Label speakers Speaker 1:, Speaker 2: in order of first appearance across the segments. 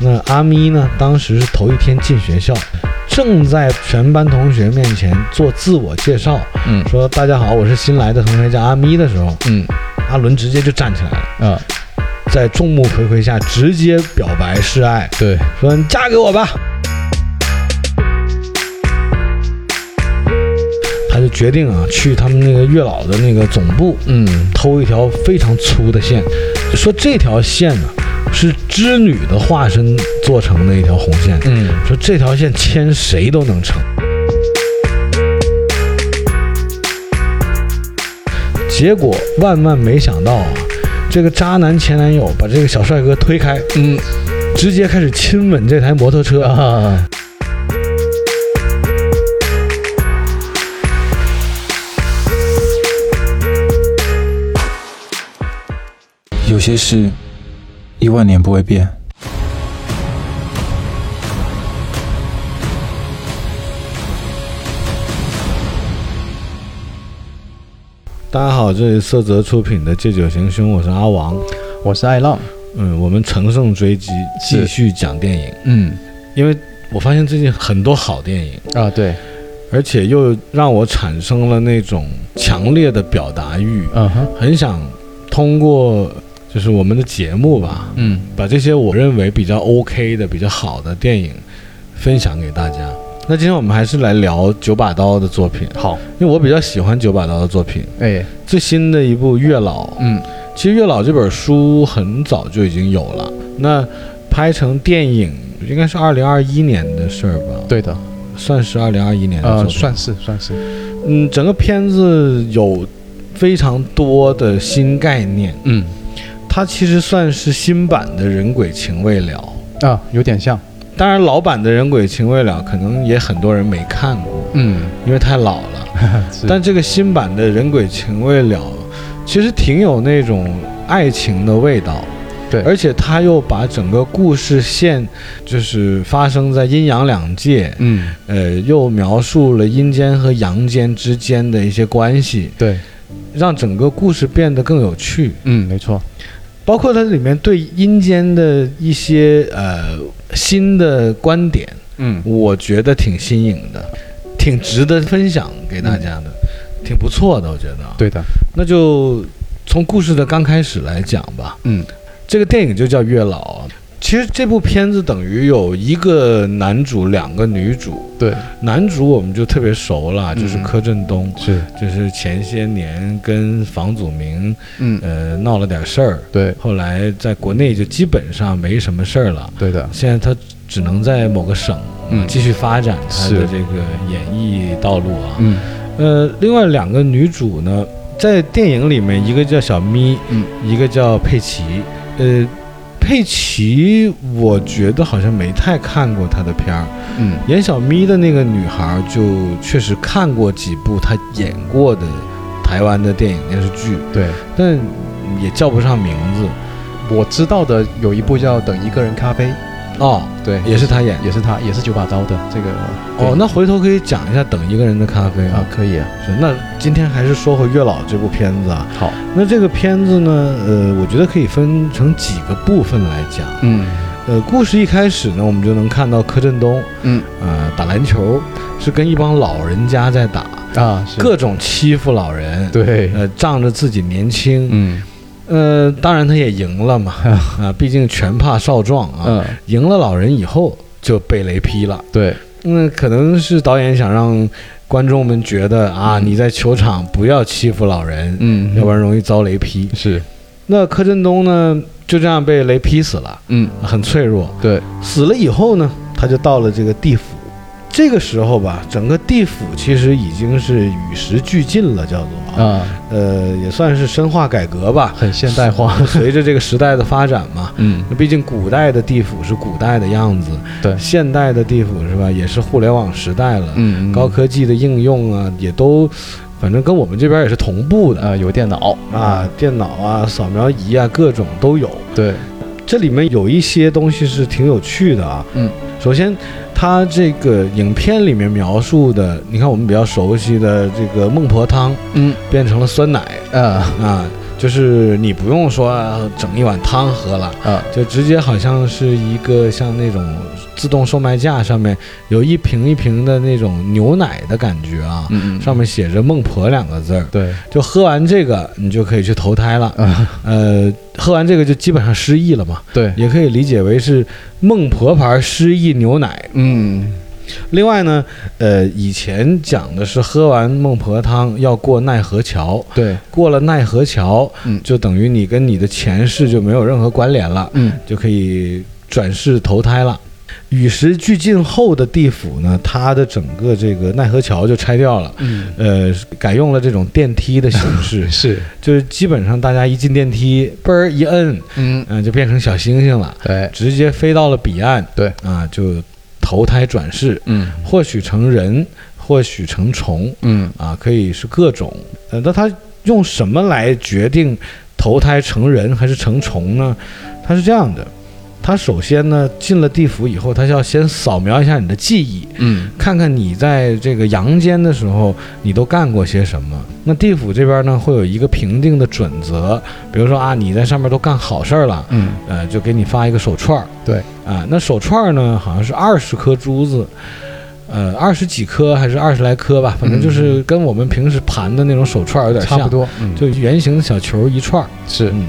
Speaker 1: 那阿咪呢？当时是头一天进学校，正在全班同学面前做自我介绍，
Speaker 2: 嗯
Speaker 1: 说大家好，我是新来的同学，叫阿咪的时候，
Speaker 2: 嗯
Speaker 1: 阿伦直接就站起来了，
Speaker 2: 啊，
Speaker 1: 在众目睽睽下直接表白示爱，
Speaker 2: 对，
Speaker 1: 说你嫁给我吧。他就决定啊，去他们那个月老的那个总部
Speaker 2: 嗯
Speaker 1: 偷一条非常粗的线，说这条线呢、是织女的化身做成的一条红线，
Speaker 2: 嗯
Speaker 1: 说这条线牵谁都能成。结果万万没想到啊，这个渣男前男友把这个小帅哥推开，
Speaker 2: 嗯
Speaker 1: 直接开始亲吻这台摩托车啊！
Speaker 2: 啊，
Speaker 3: 有些事一万年不会变。
Speaker 1: 大家好，这里是色泽出品的《借酒行凶》，我是阿王。
Speaker 2: 我是爱浪，
Speaker 1: 嗯，我们乘胜追击，
Speaker 2: 是
Speaker 1: 继续讲电影，
Speaker 2: 嗯
Speaker 1: 因为我发现最近很多好电影，
Speaker 2: 啊，对，
Speaker 1: 而且又让我产生了那种强烈的表达欲，
Speaker 2: 嗯哼，
Speaker 1: 很想通过就是我们的节目吧，
Speaker 2: 嗯，
Speaker 1: 把这些我认为比较 OK 的、比较好的电影分享给大家。那今天我们还是来聊九把刀的作品，
Speaker 2: 好，
Speaker 1: 因为我比较喜欢九把刀的作品。
Speaker 2: 哎，
Speaker 1: 最新的一部《月老》，
Speaker 2: 嗯
Speaker 1: 其实《月老》这本书很早就已经有了，那拍成电影应该是二零二一年的事儿吧，
Speaker 2: 对的，
Speaker 1: 算是二零二一年的作
Speaker 2: 呃，
Speaker 1: 品
Speaker 2: 算是算是，
Speaker 1: 嗯，整个片子有非常多的新概念，
Speaker 2: 嗯
Speaker 1: 它其实算是新版的人鬼情未了。
Speaker 2: 啊，有点像，
Speaker 1: 当然，老版的人鬼情未了可能也很多人没看过，
Speaker 2: 嗯，
Speaker 1: 因为太老了。
Speaker 2: 是
Speaker 1: 但这个新版的人鬼情未了，其实挺有那种爱情的味道。
Speaker 2: 对
Speaker 1: 而且他又把整个故事线，就是发生在阴阳两界，
Speaker 2: 嗯，
Speaker 1: 呃，又描述了阴间和阳间之间的一些关系，
Speaker 2: 对，
Speaker 1: 让整个故事变得更有趣。
Speaker 2: 嗯，没错，
Speaker 1: 包括它里面对阴间的一些呃新的观点，
Speaker 2: 嗯
Speaker 1: 我觉得挺新颖的，挺值得分享给大家的，挺不错的，我觉得。，啊
Speaker 2: 对的，
Speaker 1: 那就从故事的刚开始来讲吧。
Speaker 2: 嗯
Speaker 1: 这个电影就叫《月老》，啊其实这部片子等于有一个男主，两个女主。
Speaker 2: 对，
Speaker 1: 男主我们就特别熟了，就是
Speaker 2: 嗯
Speaker 1: 柯震东，
Speaker 2: 是，
Speaker 1: 就是前些年跟房祖名
Speaker 2: 嗯
Speaker 1: 呃闹了点事儿，
Speaker 2: 对
Speaker 1: 后来在国内就基本上没什么事儿了。
Speaker 2: 对的，
Speaker 1: 现在他只能在某个省
Speaker 2: 嗯
Speaker 1: 继续发展他的
Speaker 2: 是
Speaker 1: 这个演艺道路啊。
Speaker 2: 嗯
Speaker 1: 呃，另外两个女主呢，在电影里面，一个叫小咪，
Speaker 2: 嗯
Speaker 1: 一个叫佩奇。呃，佩奇我觉得好像没太看过她的片儿，
Speaker 2: 嗯
Speaker 1: 演小咪的那个女孩儿就确实看过几部她演过的台湾的电影电视剧，
Speaker 2: 对，
Speaker 1: 但也叫不上名字
Speaker 2: 我知道的有一部叫《等一个人咖啡》，
Speaker 1: 哦，
Speaker 2: 对，
Speaker 1: 也是她演的。
Speaker 2: 嗯也是他，也是九把刀的这个
Speaker 1: 哦，那回头可以讲一下《等一个人的咖啡》啊
Speaker 2: 啊。可以啊，
Speaker 1: 是，那今天还是说回《月老》这部片子啊。
Speaker 2: 好，
Speaker 1: 那这个片子呢，呃，我觉得可以分成几个部分来讲。
Speaker 2: 嗯
Speaker 1: 呃，故事一开始呢，我们就能看到柯震东，
Speaker 2: 嗯
Speaker 1: 呃，打篮球是跟一帮老人家在打，
Speaker 2: 啊是
Speaker 1: 各种欺负老人，，
Speaker 2: 对，
Speaker 1: 呃，仗着自己年轻，
Speaker 2: 嗯
Speaker 1: 呃，当然他也赢了嘛， 啊，毕竟拳怕少壮啊，
Speaker 2: 嗯
Speaker 1: 赢了老人以后就被雷劈了。
Speaker 2: 对，
Speaker 1: 那可能是导演想让观众们觉得啊，
Speaker 2: 嗯
Speaker 1: 你在球场不要欺负老人，
Speaker 2: 嗯
Speaker 1: 要不然容易遭雷劈。
Speaker 2: 是
Speaker 1: 那柯震东呢，就这样被雷劈死了，
Speaker 2: 嗯
Speaker 1: 很脆弱。
Speaker 2: 对，
Speaker 1: 死了以后呢，他就到了这个地府。这个时候吧，整个地府其实已经是与时俱进了，叫做啊，
Speaker 2: 啊
Speaker 1: 呃，也算是深化改革吧。
Speaker 2: 很现代化，
Speaker 1: 随着这个时代的发展嘛，
Speaker 2: 嗯
Speaker 1: 那毕竟古代的地府是古代的样子，
Speaker 2: 对
Speaker 1: 现代的地府是吧，也是互联网时代了，
Speaker 2: 嗯
Speaker 1: 高科技的应用啊，也都，反正跟我们这边也是同步的
Speaker 2: 啊有电脑
Speaker 1: 啊，电脑啊、扫描仪啊，各种都有。
Speaker 2: 对
Speaker 1: 这里面有一些东西是挺有趣的啊，
Speaker 2: 嗯，
Speaker 1: 首先，它这个影片里面描述的，你看我们比较熟悉的这个孟婆汤
Speaker 2: 嗯
Speaker 1: 变成了酸奶
Speaker 2: 啊
Speaker 1: 啊，就是你不用说整一碗汤喝了。
Speaker 2: 啊
Speaker 1: 就直接好像是一个像那种自动售卖架上面有一瓶一瓶的那种牛奶的感觉啊，
Speaker 2: 嗯嗯
Speaker 1: 上面写着“孟婆”两个字儿，
Speaker 2: 对
Speaker 1: 就喝完这个你就可以去投胎了。
Speaker 2: 啊
Speaker 1: 呃，喝完这个就基本上失忆了嘛，
Speaker 2: 对
Speaker 1: 也可以理解为是孟婆牌失忆牛奶。
Speaker 2: 嗯
Speaker 1: 另外呢，呃，以前讲的是喝完孟婆汤要过奈何桥，
Speaker 2: 对
Speaker 1: 过了奈何桥，
Speaker 2: 嗯
Speaker 1: 就等于你跟你的前世就没有任何关联了。
Speaker 2: 嗯
Speaker 1: 就可以转世投胎了。与时俱进后的地府呢，它的整个这个奈何桥就拆掉了，
Speaker 2: 嗯，
Speaker 1: 呃，改用了这种电梯的形式
Speaker 2: 是
Speaker 1: 就是基本上大家一进电梯，嘣儿一摁，
Speaker 2: 嗯
Speaker 1: 嗯、就变成小星星了，
Speaker 2: 对
Speaker 1: 直接飞到了彼岸。
Speaker 2: 对
Speaker 1: 啊，就投胎转世，
Speaker 2: 嗯
Speaker 1: 或许成人，或许成虫，
Speaker 2: 嗯
Speaker 1: 啊，可以是各种。呃，那他用什么来决定投胎成人还是成虫呢？他是这样的，他首先呢进了地府以后，他要先扫描一下你的记忆，
Speaker 2: 嗯
Speaker 1: 看看你在这个阳间的时候你都干过些什么。那地府这边呢会有一个评定的准则，比如说啊你在上面都干好事儿了，
Speaker 2: 嗯
Speaker 1: 呃，就给你发一个手串儿。
Speaker 2: 对
Speaker 1: 啊，那手串儿呢，好像是二十颗珠子，呃，二十几颗还是二十来颗吧，反正就是跟我们平时盘的那种手串儿有点像，
Speaker 2: 嗯差不，多嗯
Speaker 1: 就圆形的小球一串儿。
Speaker 2: 是
Speaker 1: 嗯，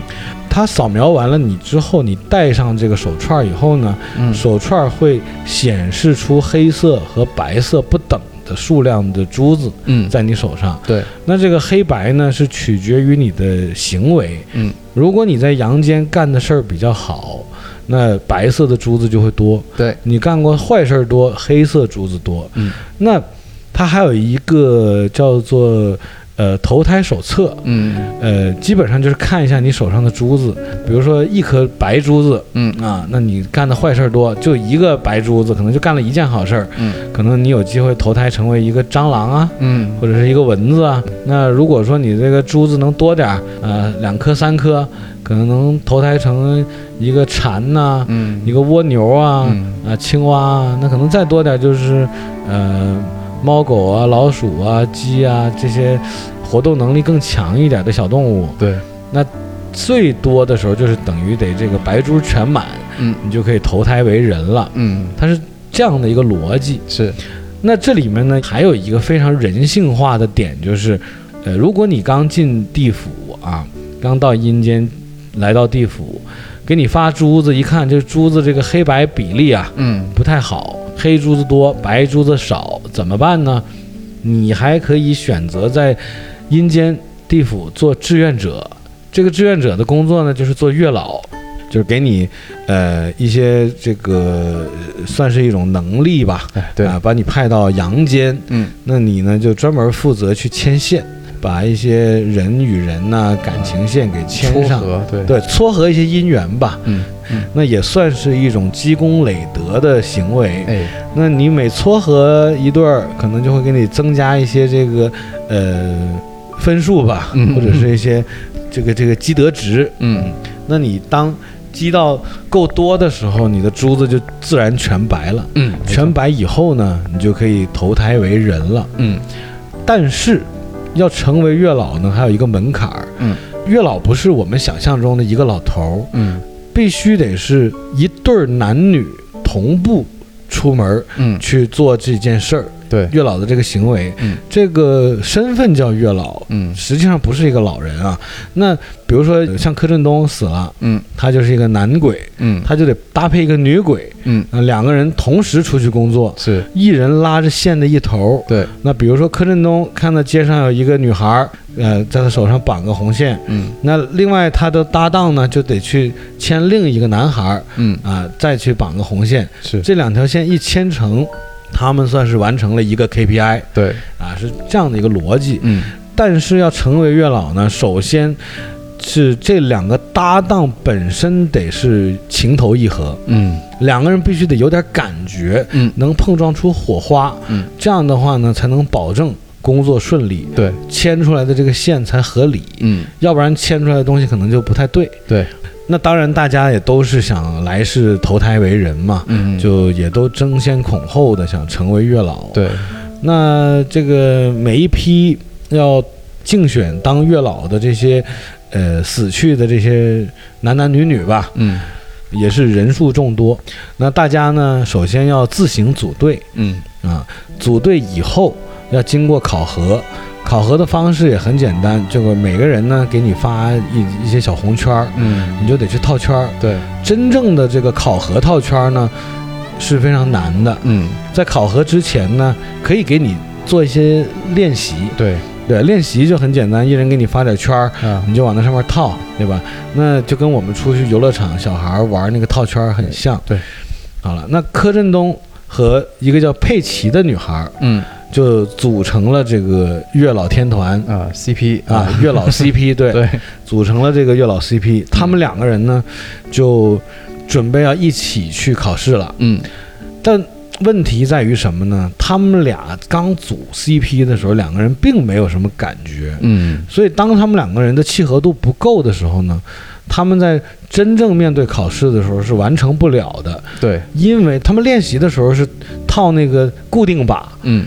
Speaker 1: 它扫描完了你之后，你戴上这个手串儿以后呢，
Speaker 2: 嗯
Speaker 1: 手串儿会显示出黑色和白色不等的数量的珠子
Speaker 2: 嗯
Speaker 1: 在你手上。
Speaker 2: 对
Speaker 1: 那这个黑白呢，是取决于你的行为。
Speaker 2: 嗯
Speaker 1: 如果你在阳间干的事儿比较好，那白色的珠子就会多；
Speaker 2: 对
Speaker 1: 你干过坏事儿多，黑色珠子多。
Speaker 2: 嗯
Speaker 1: 那它还有一个叫做呃投胎手册，
Speaker 2: 嗯
Speaker 1: 呃，基本上就是看一下你手上的珠子，比如说一颗白珠子
Speaker 2: 嗯
Speaker 1: 啊，那你干的坏事儿多，就一个白珠子，可能就干了一件好事儿，
Speaker 2: 嗯
Speaker 1: 可能你有机会投胎成为一个蟑螂啊，
Speaker 2: 嗯
Speaker 1: 或者是一个蚊子啊。那如果说你这个珠子能多点儿，呃，两颗三颗，可能能投胎成一个蝉呐、
Speaker 2: 嗯
Speaker 1: 一个蜗牛啊，
Speaker 2: 嗯
Speaker 1: 啊、青蛙啊。那可能再多点儿就是，呃，猫狗啊、老鼠啊、鸡啊这些活动能力更强一点的小动物。
Speaker 2: 对
Speaker 1: 最多的时候就是等于得这个白珠全满，
Speaker 2: 嗯
Speaker 1: 你就可以投胎为人了。
Speaker 2: 嗯
Speaker 1: 它是这样的一个逻辑。
Speaker 2: 是
Speaker 1: 那这里面呢，还有一个非常人性化的点，就是，呃，如果你刚进地府啊，刚到阴间，来到地府，给你发珠子，一看这珠子这个黑白比例啊
Speaker 2: 嗯
Speaker 1: 不太好，黑珠子多，白珠子少，怎么办呢？你还可以选择在阴间地府做志愿者，这个志愿者的工作呢，就是做月老。就是给你，呃，一些这个呃算是一种能力吧，
Speaker 2: 哎对
Speaker 1: 啊，把你派到阳间，
Speaker 2: 嗯
Speaker 1: 那你呢就专门负责去牵线，把一些人与人呐、感情线给牵
Speaker 2: 撮
Speaker 1: 上，
Speaker 2: 合对
Speaker 1: 对，撮合一些姻缘吧。
Speaker 2: 嗯
Speaker 1: 那也算是一种积功累德的行为。
Speaker 2: 哎
Speaker 1: 那你每撮合一对儿，可能就会给你增加一些这个呃分数吧，
Speaker 2: 嗯
Speaker 1: 或者是一些这个这个积德值。
Speaker 2: 嗯
Speaker 1: 那你当积到够多的时候，你的珠子就自然全白了。
Speaker 2: 嗯没错
Speaker 1: 全白以后呢，你就可以投胎为人了。
Speaker 2: 嗯
Speaker 1: 但是，要成为月老呢，还有一个门槛儿。
Speaker 2: 嗯，
Speaker 1: 月老不是我们想象中的一个老头
Speaker 2: 嗯
Speaker 1: 儿，必须得是一对儿男女同步出门儿
Speaker 2: 嗯
Speaker 1: 去做这件事儿。
Speaker 2: 对
Speaker 1: 月老的这个行为，
Speaker 2: 嗯
Speaker 1: 这个身份叫月老，
Speaker 2: 嗯
Speaker 1: 实际上不是一个老人啊。那比如说呃像柯震东死了，
Speaker 2: 嗯
Speaker 1: 他就是一个男鬼，
Speaker 2: 嗯
Speaker 1: 他就得搭配一个女鬼，
Speaker 2: 嗯
Speaker 1: 呃两个人同时出去工作，
Speaker 2: 是
Speaker 1: 一人拉着线的一头。
Speaker 2: 对
Speaker 1: 那比如说柯震东看到街上有一个女孩儿，呃，在他手上绑个红线，
Speaker 2: 嗯
Speaker 1: 那另外他的搭档呢就得去牵另一个男孩儿
Speaker 2: 嗯
Speaker 1: 啊、再去绑个红线，
Speaker 2: 是
Speaker 1: 这两条线一牵成，他们算是完成了一个 KPI
Speaker 2: 对
Speaker 1: 啊，是这样的一个逻辑。
Speaker 2: 嗯
Speaker 1: 但是要成为月老呢，首先是这两个搭档本身得是情投意合，
Speaker 2: 嗯
Speaker 1: 两个人必须得有点感觉，
Speaker 2: 嗯
Speaker 1: 能碰撞出火花。
Speaker 2: 嗯
Speaker 1: 这样的话呢，才能保证工作顺利，
Speaker 2: 对，
Speaker 1: 牵出来的这个线才合理，
Speaker 2: 嗯，
Speaker 1: 要不然牵出来的东西可能就不太对。
Speaker 2: 对，
Speaker 1: 那当然，大家也都是想来世投胎为人嘛，
Speaker 2: 嗯就
Speaker 1: 就也都争先恐后的想成为月老。，
Speaker 2: 对，
Speaker 1: 那这个每一批要竞选当月老的这些，呃，死去的这些男男女女吧，
Speaker 2: 嗯
Speaker 1: 也是人数众多。那大家呢，首先要自行组队
Speaker 2: 嗯
Speaker 1: 啊，组队以后要经过考核。考核的方式也很简单，这个每个人呢给你发一一些小红圈儿，
Speaker 2: 嗯，
Speaker 1: 你就得去套圈儿。
Speaker 2: 对，
Speaker 1: 真正的这个考核套圈儿呢是非常难的，
Speaker 2: 嗯
Speaker 1: 在考核之前呢，可以给你做一些练习。
Speaker 2: 对
Speaker 1: 对，练习就很简单，一人给你发点圈儿，
Speaker 2: 啊，
Speaker 1: 你就往那上面套，对吧？那就跟我们出去游乐场小孩儿玩那个套圈儿很像。
Speaker 2: 对，
Speaker 1: 好了，那柯震东和一个叫佩奇的女孩儿
Speaker 2: 嗯
Speaker 1: 就组成了这个月老天团。
Speaker 2: 啊，CP
Speaker 1: 啊，月 老 CP 对，
Speaker 2: 对，
Speaker 1: 组成了这个月老 CP，他们两个人呢，就准备要一起去考试了。
Speaker 2: 嗯
Speaker 1: 但问题在于什么呢？他们俩刚组 CP 的时候，两个人并没有什么感觉，
Speaker 2: 嗯
Speaker 1: 所以当他们两个人的契合度不够的时候呢，他们在真正面对考试的时候是完成不了的，
Speaker 2: 对，
Speaker 1: 因为他们练习的时候是套那个固定靶，
Speaker 2: 嗯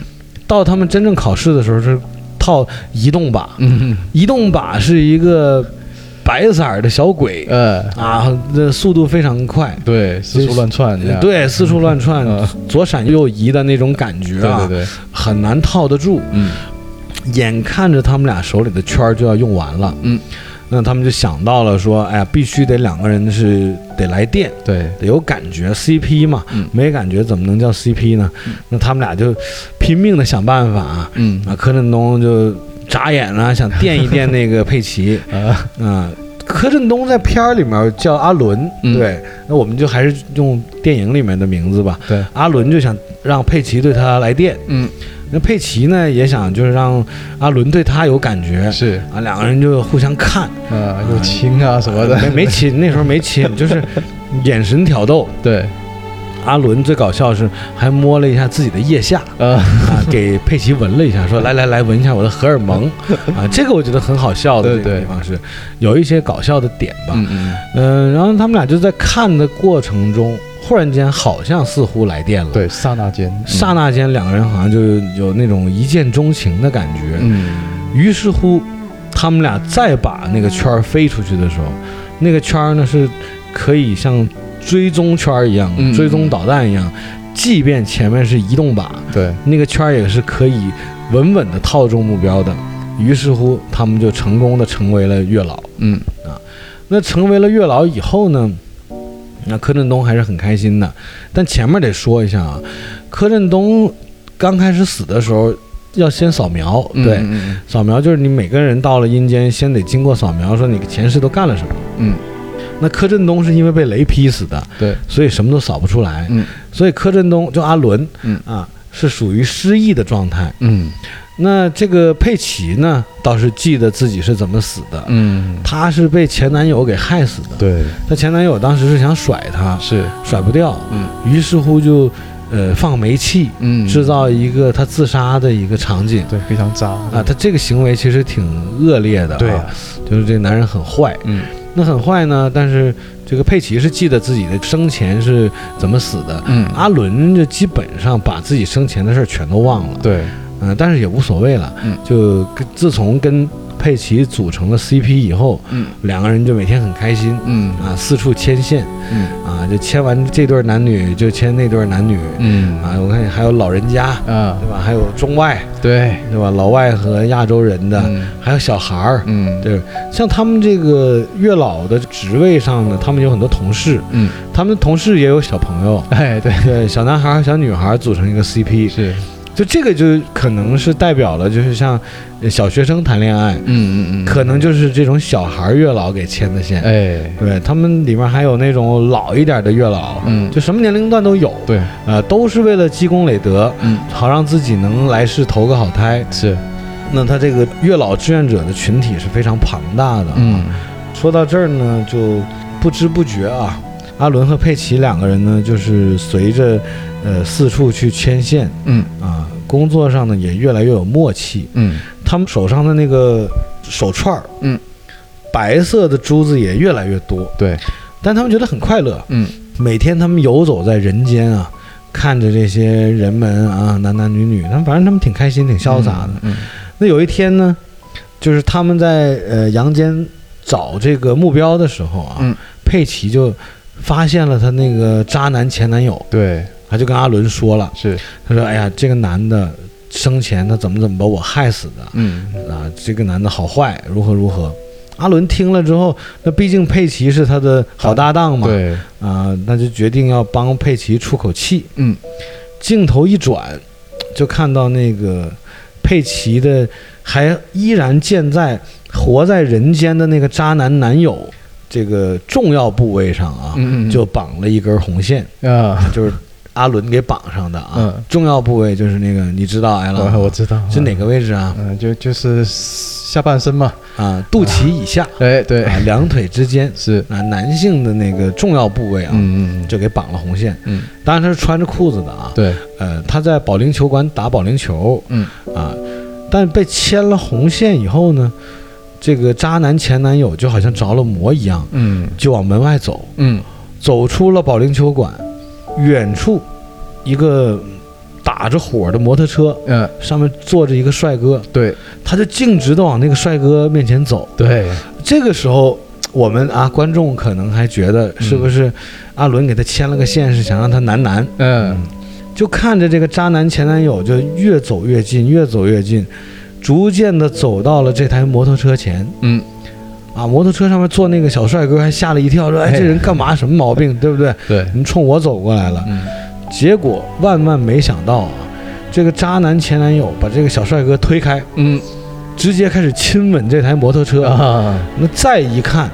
Speaker 1: 到他们真正考试的时候是套移动靶，
Speaker 2: 嗯
Speaker 1: 移动靶是一个白色儿的小鬼。
Speaker 2: 呃，
Speaker 1: 啊，这速度非常快，
Speaker 2: 对，四处乱窜，这样，
Speaker 1: 对，四处乱窜，
Speaker 2: 嗯
Speaker 1: 左闪右移的那种感觉啊，
Speaker 2: 对对对，
Speaker 1: 很难套得住。
Speaker 2: 嗯
Speaker 1: 眼看着他们俩手里的圈儿就要用完了，
Speaker 2: 嗯，
Speaker 1: 那他们就想到了说，哎呀，必须得两个人是得来电，
Speaker 2: 对，
Speaker 1: 得有感觉，CP 嘛，
Speaker 2: 嗯
Speaker 1: 没感觉怎么能叫 CP 呢？那他们俩就拼命的想办法啊，
Speaker 2: 嗯
Speaker 1: 啊柯震东就眨眼啊，想电一电那个佩奇，
Speaker 2: 啊，
Speaker 1: 嗯，柯震东在片儿里面叫阿伦，
Speaker 2: 嗯
Speaker 1: 对，那我们就还是用电影里面的名字吧。
Speaker 2: 对，
Speaker 1: 阿伦就想让佩奇对他来电，
Speaker 2: 嗯
Speaker 1: 那佩奇呢也想就是让阿伦对他有感觉
Speaker 2: 是，
Speaker 1: 啊，两个人就互相看，
Speaker 2: 啊，又亲啊什么的，
Speaker 1: 没没亲，那时候没亲，就是眼神挑逗。
Speaker 2: 对，
Speaker 1: 阿伦最搞笑是还摸了一下自己的腋下
Speaker 2: 啊，
Speaker 1: 啊，给佩奇闻了一下，说来来来闻一下我的荷尔 蒙啊，这个我觉得很好笑的
Speaker 2: 对
Speaker 1: 这个
Speaker 2: 对
Speaker 1: 地方是有一些搞笑的点吧。
Speaker 2: 嗯嗯，
Speaker 1: 嗯，然后他们俩就在看的过程中，忽然间好像似乎来电了。，
Speaker 2: 对，刹那间，
Speaker 1: 刹，那间两个人好像就有那种一见钟情的感觉。
Speaker 2: 嗯
Speaker 1: 于是乎，他们俩再把那个圈儿飞出去的时候，那个圈儿呢是可以像追踪圈儿一样，
Speaker 2: 嗯
Speaker 1: 追踪导弹一样，即便前面是移动靶，
Speaker 2: 对，
Speaker 1: 那个圈儿也是可以稳稳的套中目标的。于是乎，他们就成功的成为了月老。
Speaker 2: 嗯
Speaker 1: 那成为了月老以后呢，那柯震东还是很开心的。但前面得说一下啊，柯震东刚开始死的时候要先扫描，对，
Speaker 2: 嗯
Speaker 1: 扫描就是你每个人到了阴间，先得经过扫描，说你前世都干了什么。
Speaker 2: 嗯，
Speaker 1: 那柯震东是因为被雷劈死的，
Speaker 2: 对，
Speaker 1: 所以什么都扫不出来。
Speaker 2: 嗯
Speaker 1: 所以柯震东就阿伦，
Speaker 2: 嗯
Speaker 1: 啊，是属于失忆的状态。
Speaker 2: 嗯
Speaker 1: 那这个佩奇呢，倒是记得自己是怎么死的，
Speaker 2: 嗯，
Speaker 1: 她是被前男友给害死的。
Speaker 2: 对，
Speaker 1: 她前男友当时是想甩她，
Speaker 2: 是，
Speaker 1: 甩不掉，
Speaker 2: 嗯
Speaker 1: 于是乎就呃放煤气，
Speaker 2: 嗯
Speaker 1: 制造一个她自杀的一个场景。
Speaker 2: 对，非常渣
Speaker 1: 啊，，她这个行为其实挺恶劣的、啊，
Speaker 2: 对啊，
Speaker 1: 就是这男人很坏。
Speaker 2: 嗯
Speaker 1: 那很坏呢，但是这个佩奇是记得自己的生前是怎么死的，
Speaker 2: 嗯
Speaker 1: 阿伦就基本上把自己生前的事儿全都忘了，
Speaker 2: 对，
Speaker 1: 嗯、但是也无所谓了，
Speaker 2: 嗯
Speaker 1: 就跟自从跟佩奇组成了 CP 以后，
Speaker 2: 嗯
Speaker 1: 两个人就每天很开心
Speaker 2: 嗯
Speaker 1: 啊，四处牵线
Speaker 2: 嗯
Speaker 1: 啊，就牵完这对儿男女就牵那对儿男女
Speaker 2: 嗯
Speaker 1: 啊，我看还有老人家
Speaker 2: 啊
Speaker 1: 对，吧，还有中外
Speaker 2: 对
Speaker 1: 对吧，老外和亚洲人的，
Speaker 2: 嗯
Speaker 1: 还有小孩儿，
Speaker 2: 嗯
Speaker 1: 对，像他们这个月老的职位上呢，他们有很多同事，
Speaker 2: 嗯，
Speaker 1: 他们同事也有小朋友，
Speaker 2: 哎对，
Speaker 1: 对，小男孩儿、小女孩儿组成一个 CP，
Speaker 2: 是，
Speaker 1: 就这个就可能是代表了，就是像呃小学生谈恋爱，
Speaker 2: 嗯嗯嗯，
Speaker 1: 可能就是这种小孩儿月老给牵的线。
Speaker 2: 哎，
Speaker 1: 对他们里面还有那种老一点的月老，
Speaker 2: 嗯
Speaker 1: 就什么年龄段都有，
Speaker 2: 对，
Speaker 1: 呃，都是为了积功累德，
Speaker 2: 嗯
Speaker 1: 好让自己能来世投个好胎。
Speaker 2: 是，
Speaker 1: 那他这个月老志愿者的群体是非常庞大的，
Speaker 2: 嗯
Speaker 1: 说到这儿呢，就不知不觉啊，阿伦和佩奇两个人呢，就是随着呃四处去牵线
Speaker 2: 嗯
Speaker 1: 啊，工作上呢也越来越有默契。
Speaker 2: 嗯
Speaker 1: 他们手上的那个手串儿，
Speaker 2: 嗯，
Speaker 1: 白色的珠子也越来越多，
Speaker 2: 对，
Speaker 1: 但他们觉得很快乐。
Speaker 2: 嗯
Speaker 1: 每天他们游走在人间啊，看着这些人们啊，男男女女，他们反正他们挺开心，挺潇洒的。
Speaker 2: 嗯
Speaker 1: 那有一天呢，就是他们在呃阳间找这个目标的时候啊，
Speaker 2: 嗯
Speaker 1: 佩奇就发现了她那个渣男前男友，
Speaker 2: 对
Speaker 1: 他就跟阿伦说了，
Speaker 2: 是
Speaker 1: 他说：“哎呀，这个男的生前他怎么怎么把我害死的。”
Speaker 2: 嗯
Speaker 1: 啊，这个男的好坏，如何如何。阿伦听了之后，那毕竟佩奇是他的好搭档嘛，
Speaker 2: 对
Speaker 1: 啊、那就决定要帮佩奇出口气。
Speaker 2: 嗯
Speaker 1: 镜头一转，就看到那个佩奇的还依然健在、活在人间的那个渣男男友，这个重要部位上啊，
Speaker 2: 嗯嗯
Speaker 1: 就绑了一根红线，
Speaker 2: 啊
Speaker 1: 就是阿伦给绑上的啊。
Speaker 2: 嗯
Speaker 1: 重要部位就是那个，你知道，艾
Speaker 2: 我
Speaker 1: 老，
Speaker 2: 我知道
Speaker 1: 是哪个位置啊？
Speaker 2: 嗯就就是下半身嘛
Speaker 1: 啊，肚脐以下。
Speaker 2: 哎对
Speaker 1: 啊，两腿之间
Speaker 2: 是
Speaker 1: 啊，男性的那个重要部位啊，
Speaker 2: 嗯嗯
Speaker 1: 就给绑了红线。
Speaker 2: 嗯
Speaker 1: 当然他是穿着裤子的啊，
Speaker 2: 对
Speaker 1: 呃，他在保龄球馆打保龄球
Speaker 2: 嗯
Speaker 1: 啊，但被牵了红线以后呢，这个渣男前男友就好像着了魔一样，
Speaker 2: 嗯
Speaker 1: 就往门外走，
Speaker 2: 嗯
Speaker 1: 走出了保龄球馆，远处一个打着火的摩托车。
Speaker 2: 嗯
Speaker 1: 上面坐着一个帅哥，
Speaker 2: 对
Speaker 1: 他就径直的往那个帅哥面前走，
Speaker 2: 对
Speaker 1: 这个时候，我们啊，观众可能还觉得是不是阿伦给他牵了个线，是想让他男男？
Speaker 2: 嗯
Speaker 1: 就看着这个渣男前男友就越走越近，越走越近，逐渐的走到了这台摩托车前。
Speaker 2: 嗯
Speaker 1: 啊，摩托车上面坐那个小帅哥还吓了一跳，说：“哎，这人干嘛？什么毛病？对不对？
Speaker 2: 对
Speaker 1: 你冲我走过来了。
Speaker 2: 嗯”
Speaker 1: 结果万万没想到啊，这个渣男前男友把这个小帅哥推开，
Speaker 2: 嗯
Speaker 1: 直接开始亲吻这台摩托车。
Speaker 2: 啊
Speaker 1: 那再一看，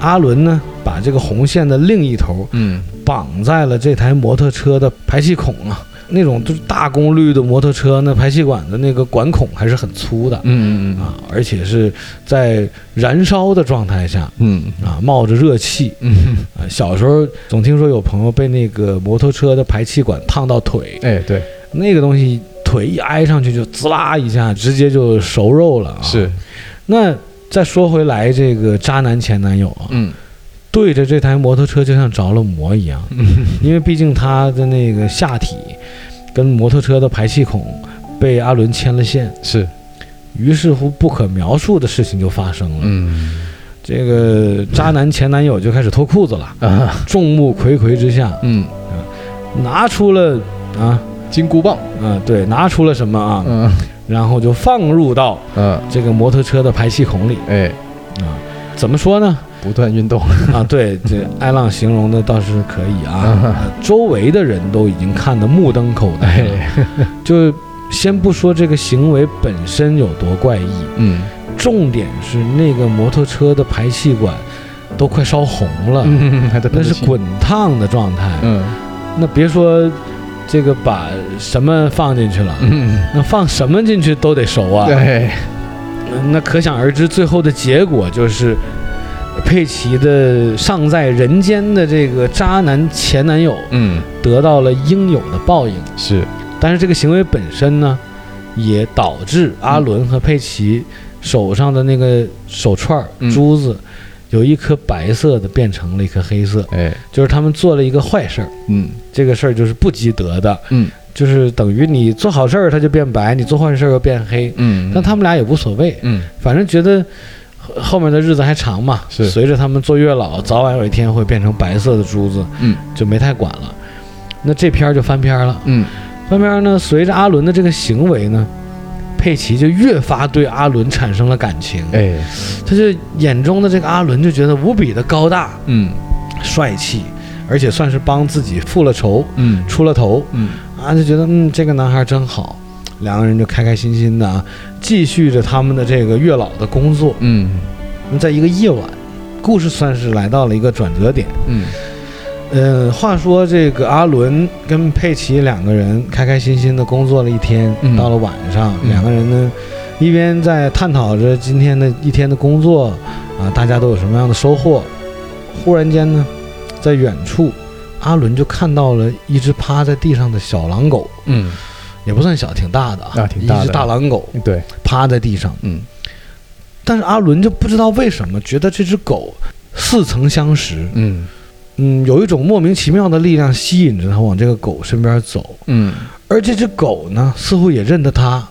Speaker 1: 阿伦呢，把这个红线的另一头
Speaker 2: 嗯
Speaker 1: 绑在了这台摩托车的排气孔啊，那种就是大功率的摩托车，那排气管的那个管孔还是很粗的
Speaker 2: 嗯嗯
Speaker 1: 啊，而且是在燃烧的状态下
Speaker 2: 嗯
Speaker 1: 啊，冒着热气
Speaker 2: 嗯
Speaker 1: 啊。小时候总听说有朋友被那个摩托车的排气管烫到腿，
Speaker 2: 哎对
Speaker 1: 那个东西腿一挨上去就滋啦一下，直接就熟肉了啊。
Speaker 2: 是
Speaker 1: 那。再说回来，这个渣男前男友啊，
Speaker 2: 嗯
Speaker 1: 对着这台摩托车就像着了魔一样，因为毕竟他的那个下体跟摩托车的排气孔被阿伦牵了线，
Speaker 2: 是
Speaker 1: 于是乎不可描述的事情就发生了。
Speaker 2: 嗯
Speaker 1: 这个渣男前男友就开始脱裤子了，
Speaker 2: 啊
Speaker 1: 众目睽睽之下
Speaker 2: 嗯
Speaker 1: 拿出了啊
Speaker 2: 金箍棒
Speaker 1: 啊、对，拿出了什么啊，
Speaker 2: 嗯
Speaker 1: 然后就放入到
Speaker 2: 嗯
Speaker 1: 这个摩托车的排气孔里
Speaker 2: 哎
Speaker 1: 啊。怎么说呢？
Speaker 2: 不断运动
Speaker 1: 啊，对，这艾浪形容的倒是可以啊。呃周围的人都已经看得目瞪口呆了。
Speaker 2: 哎
Speaker 1: 就先不说这个行为本身有多怪异，
Speaker 2: 嗯
Speaker 1: 重点是那个摩托车的排气管都快烧红了，
Speaker 2: 嗯还在
Speaker 1: 那
Speaker 2: 喷
Speaker 1: 是
Speaker 2: 气
Speaker 1: 滚烫的状态。
Speaker 2: 嗯
Speaker 1: 那别说这个把什么放进去了，
Speaker 2: 嗯
Speaker 1: 那放什么进去都得熟啊。
Speaker 2: 对
Speaker 1: 那可想而知，最后的结果就是。佩奇的尚在人间的这个渣男前男友
Speaker 2: 嗯
Speaker 1: 得到了应有的报应，
Speaker 2: 是
Speaker 1: 但是这个行为本身呢，也导致阿伦和佩奇手上的那个手串儿、
Speaker 2: 嗯
Speaker 1: 珠子，由一颗白色的变成了一颗黑色，
Speaker 2: 哎
Speaker 1: 就是他们做了一个坏事儿。
Speaker 2: 嗯
Speaker 1: 这个事儿就是不积德的，
Speaker 2: 嗯
Speaker 1: 就是等于你做好事儿它就变白，你做坏事儿又变黑。
Speaker 2: 嗯
Speaker 1: 但他们俩也无所谓，
Speaker 2: 嗯
Speaker 1: 反正觉得后后面的日子还长嘛。
Speaker 2: 是
Speaker 1: 随着他们做月老，早晚有一天会变成白色的珠子，
Speaker 2: 嗯
Speaker 1: 就没太管了。那这篇儿就翻篇儿了。
Speaker 2: 嗯
Speaker 1: 慢慢呢，随着阿伦的这个行为呢，佩奇就越发对阿伦产生了感情。
Speaker 2: 哎
Speaker 1: 他就眼中的这个阿伦就觉得无比的高大、
Speaker 2: 嗯
Speaker 1: 帅气，而且算是帮自己复了仇、
Speaker 2: 嗯
Speaker 1: 出了头
Speaker 2: 嗯
Speaker 1: 啊，就觉得嗯，这个男孩真好。两个人就开开心心的啊，继续着他们的这个月老的工作。
Speaker 2: 嗯
Speaker 1: 那在一个夜晚，故事算是来到了一个转折点。
Speaker 2: 嗯
Speaker 1: 嗯，话说这个阿伦跟佩奇两个人开开心心的工作了一天，
Speaker 2: 嗯
Speaker 1: 到了晚上，
Speaker 2: 嗯
Speaker 1: 两个人呢一边在探讨着今天的一天的工作啊，大家都有什么样的收获。忽然间呢，在远处，阿伦就看到了一只趴在地上的小狼狗，
Speaker 2: 嗯
Speaker 1: 也不算小，挺大的
Speaker 2: 啊挺大的
Speaker 1: 一只大狼狗
Speaker 2: 对，
Speaker 1: 趴在地上，
Speaker 2: 嗯，
Speaker 1: 但是阿伦就不知道为什么觉得这只狗似曾相识，
Speaker 2: 嗯
Speaker 1: 嗯，有一种莫名其妙的力量吸引着他往这个狗身边走，
Speaker 2: 嗯
Speaker 1: 而这只狗呢，似乎也认得他，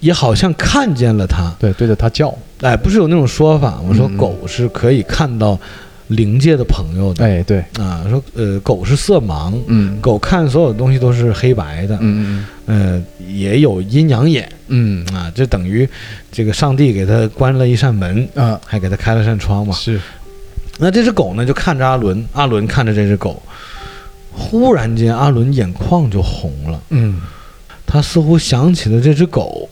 Speaker 1: 也好像看见了他。
Speaker 2: 对，对着它叫，
Speaker 1: 哎，不是有那种说法吗，我说
Speaker 2: 嗯嗯
Speaker 1: 狗是可以看到灵界的朋友的
Speaker 2: 哎，对，
Speaker 1: 啊，说呃，狗是色盲，
Speaker 2: 嗯
Speaker 1: 狗看所有东西都是黑白的，
Speaker 2: 嗯
Speaker 1: 呃，也有阴阳眼
Speaker 2: 嗯嗯
Speaker 1: 啊，这等于这个上帝给他关了一扇门，
Speaker 2: 啊，
Speaker 1: 还给他开了扇窗嘛。
Speaker 2: 是，
Speaker 1: 那这只狗呢，就看着阿伦，阿伦看着这只狗，忽然间阿伦眼眶就红了，
Speaker 2: 嗯，
Speaker 1: 他似乎想起了这只狗，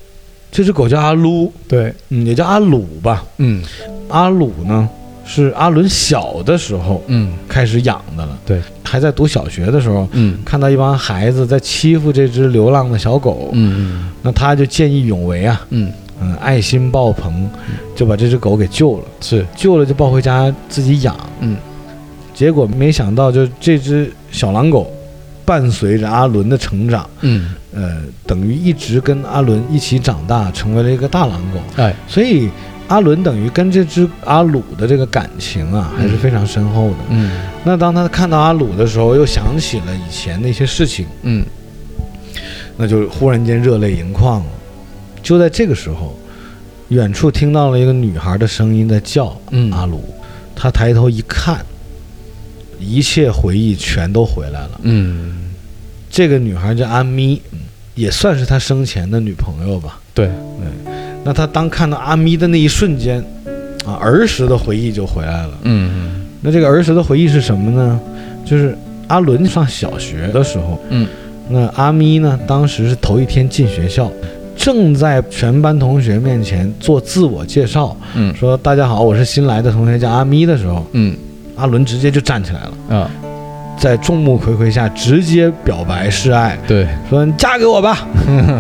Speaker 1: 这只狗叫阿撸，
Speaker 2: 对，
Speaker 1: 嗯，也叫阿鲁吧。
Speaker 2: 嗯
Speaker 1: 阿鲁呢，是阿伦小的时候
Speaker 2: 嗯
Speaker 1: 开始养的了，
Speaker 2: 对，
Speaker 1: 还在读小学的时候。
Speaker 2: 嗯
Speaker 1: 看到一帮孩子在欺负这只流浪的小狗，
Speaker 2: 嗯
Speaker 1: 那他就见义勇为啊，
Speaker 2: 嗯，
Speaker 1: 嗯，爱心爆棚，就把这只狗给救了。
Speaker 2: 是，
Speaker 1: 救了就抱回家自己养。
Speaker 2: 嗯，
Speaker 1: 结果没想到，就这只小狼狗伴随着阿伦的成长，
Speaker 2: 嗯，
Speaker 1: 呃，等于一直跟阿伦一起长大，成为了一个大狼狗。
Speaker 2: 哎，
Speaker 1: 所以阿伦等于跟这只阿鲁的这个感情啊，还是非常深厚的。
Speaker 2: 嗯
Speaker 1: 那当他看到阿鲁的时候，又想起了以前的一些事情，
Speaker 2: 嗯
Speaker 1: 那就忽然间热泪盈眶了。就在这个时候，远处听到了一个女孩的声音在叫，
Speaker 2: 嗯
Speaker 1: 阿鲁，他抬头一看，一切回忆全都回来了。
Speaker 2: 嗯，
Speaker 1: 这个女孩叫阿咪，嗯也算是他生前的女朋友吧。
Speaker 2: 对，
Speaker 1: 那他当看到阿咪的那一瞬间，啊，儿时的回忆就回来了。
Speaker 2: 嗯
Speaker 1: 那这个儿时的回忆是什么呢？就是阿伦上小学的时候，
Speaker 2: 嗯，
Speaker 1: 那阿咪呢，当时是头一天进学校，正在全班同学面前做自我介绍，
Speaker 2: 嗯
Speaker 1: 说大家好，我是新来的同学，叫阿咪的时候，
Speaker 2: 嗯
Speaker 1: 阿伦直接就站起来了。
Speaker 2: 啊，
Speaker 1: 在众目睽睽下直接表白示爱，
Speaker 2: 对，
Speaker 1: 说你嫁给我吧，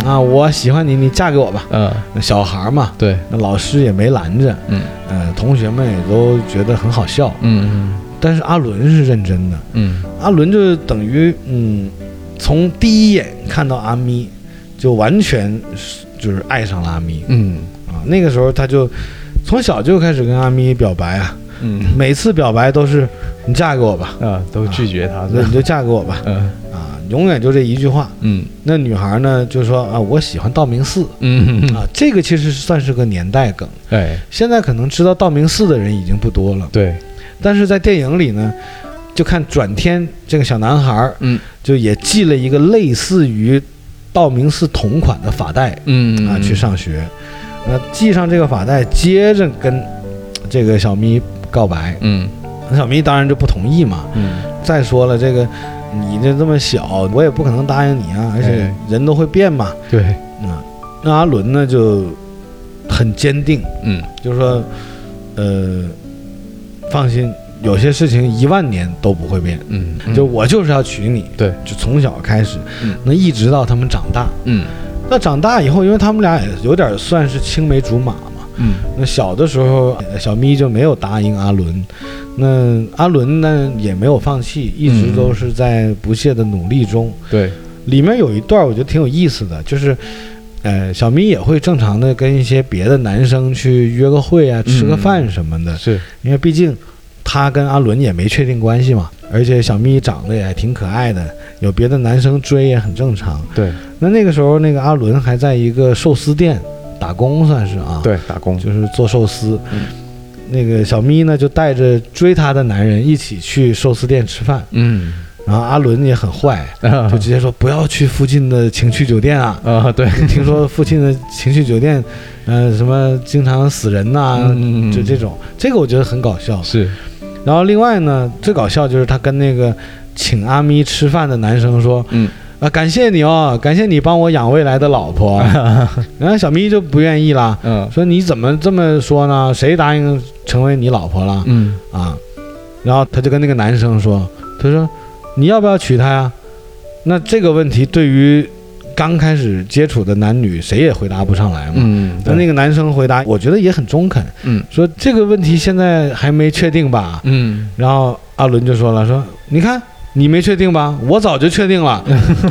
Speaker 1: 啊，我喜欢你，你嫁给我吧。
Speaker 2: 啊，
Speaker 1: 那小孩嘛，
Speaker 2: 对，
Speaker 1: 那老师也没拦着，
Speaker 2: 嗯
Speaker 1: 呃，同学们也都觉得很好笑。
Speaker 2: 嗯
Speaker 1: 但是阿伦是认真的，
Speaker 2: 嗯
Speaker 1: 阿伦就等于嗯，从第一眼看到阿咪，就完全是就是爱上了阿咪
Speaker 2: 嗯
Speaker 1: 啊。那个时候他就从小就开始跟阿咪表白啊，
Speaker 2: 嗯
Speaker 1: 每次表白都是你嫁给我 吧，
Speaker 2: 啊，都拒绝他
Speaker 1: 那
Speaker 2: 是
Speaker 1: 你，就嫁给我吧
Speaker 2: 嗯
Speaker 1: 啊，永远就这一句话。
Speaker 2: 嗯
Speaker 1: 那女孩呢就说啊，我喜欢道明寺
Speaker 2: 嗯，
Speaker 1: 啊，这个其实是算是个年代梗。
Speaker 2: 哎，
Speaker 1: 现在可能知道道明寺的人已经不多了，
Speaker 2: 对，
Speaker 1: 但是在电影里呢，就看转天这个小男孩儿，
Speaker 2: 嗯，
Speaker 1: 就也系了一个类似于道明寺同款的发带
Speaker 2: 嗯
Speaker 1: 啊去，上学。那系上这个发带，接着跟这个小咪告白，
Speaker 2: 嗯
Speaker 1: 那小咪当然就不同意嘛。
Speaker 2: 嗯
Speaker 1: 再说了，这个你这这么小，我也不可能答应你啊，而且
Speaker 2: 哎
Speaker 1: 人都会变嘛。
Speaker 2: 对，
Speaker 1: 啊，那阿伦呢就很坚定，
Speaker 2: 嗯
Speaker 1: 就说，呃，放心，有些事情一万年都不会变，
Speaker 2: 嗯，
Speaker 1: 就我就是要娶你，
Speaker 2: 对，
Speaker 1: 就从小开始，
Speaker 2: 嗯
Speaker 1: 那一直到他们长大。
Speaker 2: 嗯
Speaker 1: 那长大以后，因为他们俩也有点算是青梅竹马嘛，
Speaker 2: 嗯
Speaker 1: 那小的时候小咪就没有答应阿伦，那阿伦呢也没有放弃，一直都是在不懈的努力中。
Speaker 2: 对，
Speaker 1: 里面有一段我觉得挺有意思的，就是，呃，小咪也会正常的跟一些别的男生去约个会啊，吃个饭什么的，
Speaker 2: 是，
Speaker 1: 因为毕竟他跟阿伦也没确定关系嘛，而且小咪长得也挺可爱的，有别的男生追也很正常。
Speaker 2: 对
Speaker 1: 那那个时候，那个阿伦还在一个寿司店打工，算是啊，，
Speaker 2: 对，打工，
Speaker 1: 就是做寿司。
Speaker 2: 嗯
Speaker 1: 那个小咪呢，就带着追她的男人一起去寿司店吃饭，
Speaker 2: 嗯
Speaker 1: 然后阿伦也很坏，
Speaker 2: 啊
Speaker 1: 就直接说不要去附近的情趣酒店啊！
Speaker 2: 啊，对，
Speaker 1: 听 说附近的情趣酒店，呃，什么经常死人呐、
Speaker 2: 嗯嗯嗯
Speaker 1: 就这种，这个我觉得很搞笑。
Speaker 2: 是，
Speaker 1: 然后另外呢，最搞笑就是他跟那个请阿咪吃饭的男生说
Speaker 2: 嗯
Speaker 1: 啊，感谢你哦，感谢你帮我养未来的老 婆。然后小咪就不愿意啦，
Speaker 2: 嗯
Speaker 1: 说你怎么这么说呢？谁答应成为你老婆了
Speaker 2: 嗯
Speaker 1: 啊？然后他就跟那个男生说，他说你要不要娶她呀？那这个问题对于刚开始接触的男女，谁也回答不上来嘛。
Speaker 2: 嗯，
Speaker 1: 那那个男生回答，我觉得也很中肯，
Speaker 2: 嗯
Speaker 1: 说这个问题现在还没确定吧。
Speaker 2: 嗯
Speaker 1: 然后阿伦就说了，说你看你没确定吧？我早就确定 了，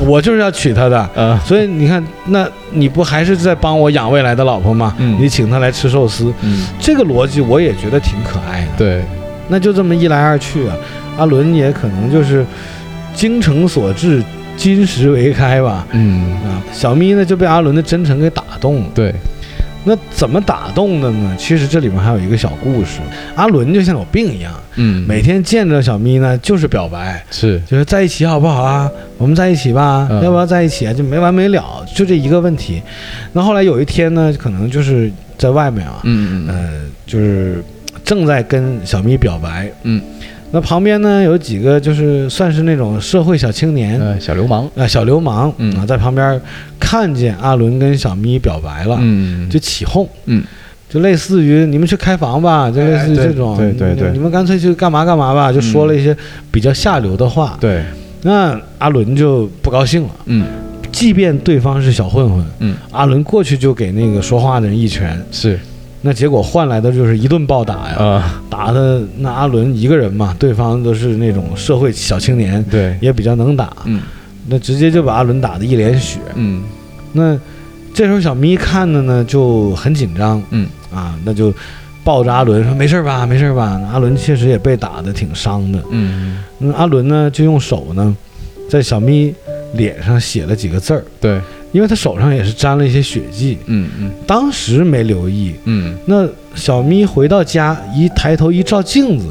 Speaker 1: 我就是要娶她的。
Speaker 2: 呃，
Speaker 1: 所以你看，那你不还是在帮我养未来的老婆吗？
Speaker 2: 嗯
Speaker 1: 你请她来吃寿司，
Speaker 2: 嗯，
Speaker 1: 这个逻辑我也觉得挺可爱的。
Speaker 2: 对，
Speaker 1: 那就这么一来二去啊，阿伦也可能就是精诚所至，金石为开吧。
Speaker 2: 嗯，
Speaker 1: 啊，小咪呢就被阿伦的真诚给打动了。
Speaker 2: 对，
Speaker 1: 那怎么打动的呢？其实这里面还有一个小故事。阿伦就像有病一样，
Speaker 2: 嗯，
Speaker 1: 每天见着小咪呢就是表白，
Speaker 2: 是，
Speaker 1: 就是在一起好不好啊？我们在一起吧，
Speaker 2: 嗯
Speaker 1: 要不要在一起啊？就没完没了，就这一个问题。那后来有一天呢，可能就是在外面啊，
Speaker 2: 嗯嗯
Speaker 1: 呃，就是正在跟小咪表白，
Speaker 2: 嗯，
Speaker 1: 那旁边呢有几个就是算是那种社会小青年。
Speaker 2: 嗯，呃，小流氓，
Speaker 1: 啊，小流氓
Speaker 2: 嗯
Speaker 1: 啊，在旁边看见阿伦跟小咪表白了，
Speaker 2: 嗯
Speaker 1: 就起哄，
Speaker 2: 嗯，
Speaker 1: 就类似于你们去开房吧，就类似于
Speaker 2: 哎对
Speaker 1: 这种，
Speaker 2: 对对
Speaker 1: 你
Speaker 2: 对
Speaker 1: 你们干脆去干嘛干嘛吧，就说了一些比较下流的话。
Speaker 2: 对，
Speaker 1: 那阿伦就不高兴了，
Speaker 2: 嗯
Speaker 1: 即便对方是小混混，
Speaker 2: 嗯，
Speaker 1: 阿伦过去就给那个说话的人一拳，
Speaker 2: 是，
Speaker 1: 那结果换来的就是一顿暴打呀，
Speaker 2: 啊，
Speaker 1: 打的那阿伦一个人嘛，对方都是那种社会小青年，
Speaker 2: 对，
Speaker 1: 也比较能打，
Speaker 2: 嗯
Speaker 1: 那直接就把阿伦打的一脸血。
Speaker 2: 嗯
Speaker 1: 那这时候小咪看的呢就很紧张，
Speaker 2: 嗯
Speaker 1: 啊，那就抱着阿伦说没事吧，没事吧。那阿伦确实也被打的挺伤的，
Speaker 2: 嗯，
Speaker 1: 那阿伦呢就用手呢在小咪脸上写了几个字儿，
Speaker 2: 对，
Speaker 1: 因为他手上也是沾了一些血迹，
Speaker 2: 嗯嗯
Speaker 1: 当时没留意。
Speaker 2: 嗯，
Speaker 1: 那小咪回到家一抬头一照镜子，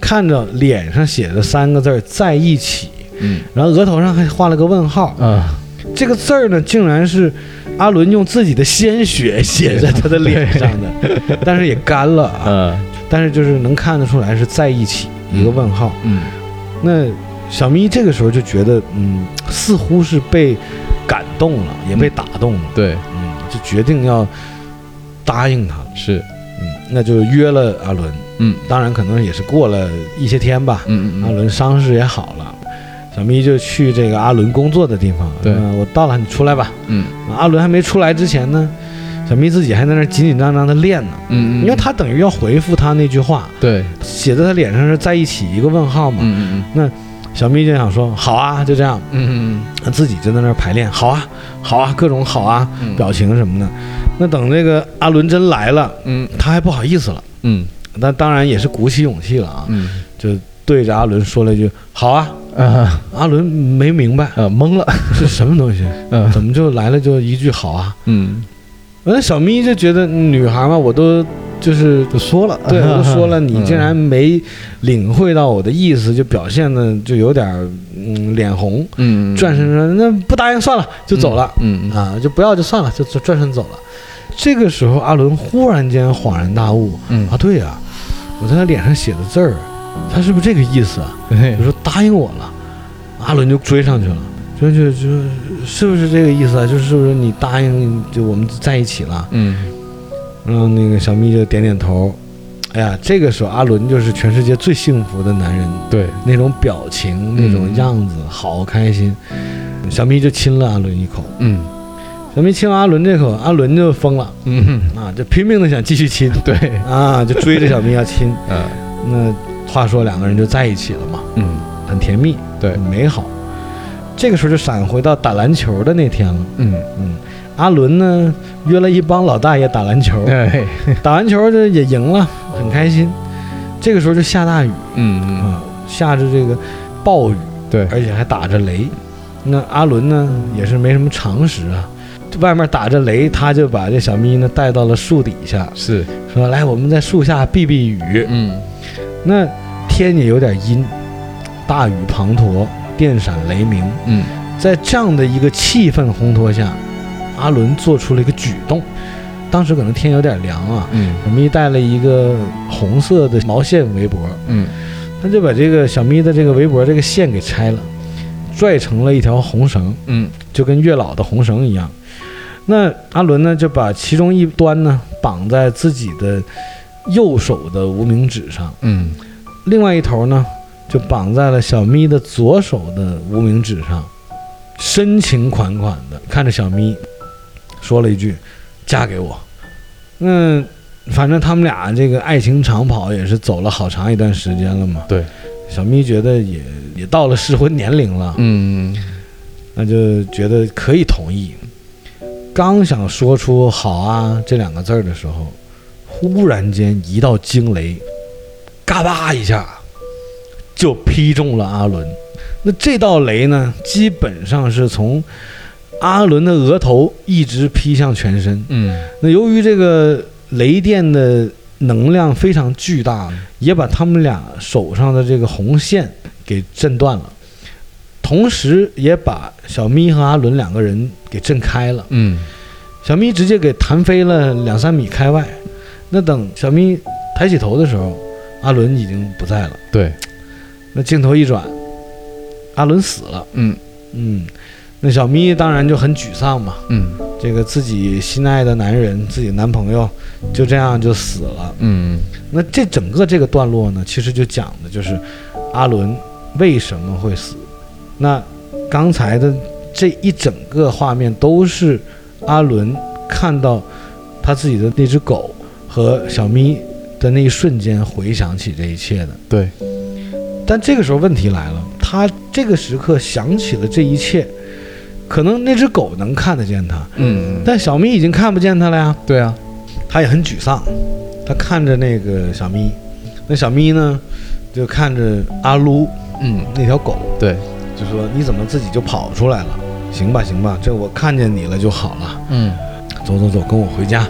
Speaker 1: 看着脸上写的三个字儿在一起，
Speaker 2: 嗯
Speaker 1: 然后额头上还画了个问号。
Speaker 2: 啊，
Speaker 1: 这个字儿呢，竟然是阿伦用自己的鲜血写在他的脸上的，但是也干了啊。
Speaker 2: 呃，
Speaker 1: 但是就是能看得出来是在一起，一个问号。
Speaker 2: 嗯
Speaker 1: 那小咪这个时候就觉得，嗯，似乎是被感动了，也被打动了，
Speaker 2: 对，
Speaker 1: 嗯，就决定要答应他了。
Speaker 2: 是，
Speaker 1: 嗯，那就约了阿伦。
Speaker 2: 嗯，
Speaker 1: 当然可能也是过了一些天吧，
Speaker 2: 嗯
Speaker 1: 阿伦伤势也好了。小咪就去这个阿伦工作的地方，
Speaker 2: 对
Speaker 1: 嗯我到了，你出来吧。
Speaker 2: 嗯
Speaker 1: 阿伦还没出来之前呢，小咪自己还在那儿紧紧张张的练呢，
Speaker 2: 嗯
Speaker 1: 因为他等于要回复他那句话，
Speaker 2: 对，
Speaker 1: 写在他脸上是在一起一个问号嘛。
Speaker 2: 嗯嗯
Speaker 1: 小咪就想说好啊，就这样，
Speaker 2: 嗯嗯
Speaker 1: 他自己就在那儿排练，好啊，好啊，各种好啊，
Speaker 2: 嗯，
Speaker 1: 表情什么的。那等这个阿伦真来了，
Speaker 2: 嗯
Speaker 1: 他还不好意思了，
Speaker 2: 嗯
Speaker 1: 但当然也是鼓起勇气了啊，
Speaker 2: 嗯
Speaker 1: 就对着阿伦说了一句好啊。
Speaker 2: 啊
Speaker 1: 阿伦没明白
Speaker 2: 呃懵了，
Speaker 1: 是什么东西，
Speaker 2: 嗯
Speaker 1: 怎么就来了就一句好啊？
Speaker 2: 嗯，
Speaker 1: 那小咪就觉得嗯女孩嘛，我都就是
Speaker 2: 就说了，
Speaker 1: 对 我都说了，你竟然没领会到我的意思，就表现的就有点儿嗯脸红，
Speaker 2: 嗯
Speaker 1: 转身说那不答应算了，就走了、，
Speaker 2: 嗯嗯
Speaker 1: 啊，就不要就算了，就就转身走了。这个时候，阿伦忽然间恍然大悟
Speaker 2: 嗯
Speaker 1: 啊，对啊，我在他脸上写的字儿，他是不是这个意思啊？就说答应我了，阿伦就追上去了，就就就是不是这个意思啊？就是不是你答应就我们在一起了？
Speaker 2: 嗯
Speaker 1: 然后那个小咪就点点头。哎呀，这个时候阿伦就是全世界最幸福的男人，
Speaker 2: 对，
Speaker 1: 那种表情、那种样子，好开心。小咪就亲了阿伦一口，
Speaker 2: 嗯
Speaker 1: 小咪亲完阿伦这口，阿伦就疯了
Speaker 2: 嗯
Speaker 1: 啊，就拼命的想继续亲
Speaker 2: 对，嗯
Speaker 1: 啊，就追着小咪要亲。
Speaker 2: 呃
Speaker 1: 那话说两个人就在一起了嘛，
Speaker 2: 嗯
Speaker 1: 很甜蜜，
Speaker 2: 对
Speaker 1: 很，美好。这个时候就闪回到打篮球的那天了。
Speaker 2: 嗯
Speaker 1: 嗯，阿伦呢约了一帮老大爷打篮球，
Speaker 2: 对，哦
Speaker 1: 打完球这也赢了，很开心。这个时候就下大雨
Speaker 2: 嗯
Speaker 1: 啊，下着这个暴雨，
Speaker 2: 嗯对，
Speaker 1: 而且还打着雷。那阿伦呢，也是没什么常识啊，外面打着雷，他就把这小咪呢带到了树底下，
Speaker 2: 是，
Speaker 1: 说：“来，我们在树下避避雨。
Speaker 2: 嗯”
Speaker 1: 那天也有点阴，大雨滂沱，电闪雷鸣。
Speaker 2: 嗯
Speaker 1: 在这样的一个气氛烘托下，阿伦做出了一个举动。当时可能天有点凉啊，
Speaker 2: 嗯
Speaker 1: 小咪带了一个红色的毛线围脖，
Speaker 2: 嗯
Speaker 1: 他就把这个小咪的这个围脖这个线给拆了，拽成了一条红绳，
Speaker 2: 嗯
Speaker 1: 就跟月老的红绳一样。那阿伦呢，就把其中一端呢绑在自己的右手的无名指上，
Speaker 2: 嗯
Speaker 1: 另外一头呢就绑在了小咪的左手的无名指上，深情款款的看着小咪，说了一句：“嫁给我。”嗯，反正他们俩这个爱情长跑也是走了好长一段时间了嘛。
Speaker 2: 对。
Speaker 1: 小咪觉得也也到了适婚年龄了，
Speaker 2: 嗯，
Speaker 1: 那就觉得可以同意。刚想说出“好啊”这两个字儿的时候，忽然间一道惊雷，嘎巴一下就劈中了阿伦。那这道雷呢，基本上是从阿伦的额头一直劈向全身。
Speaker 2: 嗯，
Speaker 1: 那由于这个雷电的能量非常巨大，也把他们俩手上的这个红线给震断了，同时也把小咪和阿伦两个人给震开了。
Speaker 2: 嗯，
Speaker 1: 小咪直接给弹飞了两三米开外。那等小咪抬起头的时候，阿伦已经不在了。
Speaker 2: 对，
Speaker 1: 那镜头一转，阿伦死了。
Speaker 2: 嗯
Speaker 1: 嗯，那小咪当然就很沮丧嘛。
Speaker 2: 嗯
Speaker 1: 这个自己心爱的男人，自己男朋友就这样就死了。
Speaker 2: 嗯
Speaker 1: 那这整个这个段落呢，其实就讲的就是阿伦为什么会死。那刚才的这一整个画面都是阿伦看到他自己的那只狗和小咪的那一瞬间回想起这一切的。
Speaker 2: 对，
Speaker 1: 但这个时候问题来了，他这个时刻想起了这一切，可能那只狗能看得见他，
Speaker 2: 嗯，
Speaker 1: 但小咪已经看不见他了呀。
Speaker 2: 对啊，
Speaker 1: 他也很沮丧，他看着那个小咪，那小咪呢，就看着阿撸
Speaker 2: 嗯，
Speaker 1: 那条狗，
Speaker 2: 对，
Speaker 1: 就说你怎么自己就跑出来了？行吧，行吧，这我看见你了就好了，
Speaker 2: 嗯
Speaker 1: 走走走，跟我回家。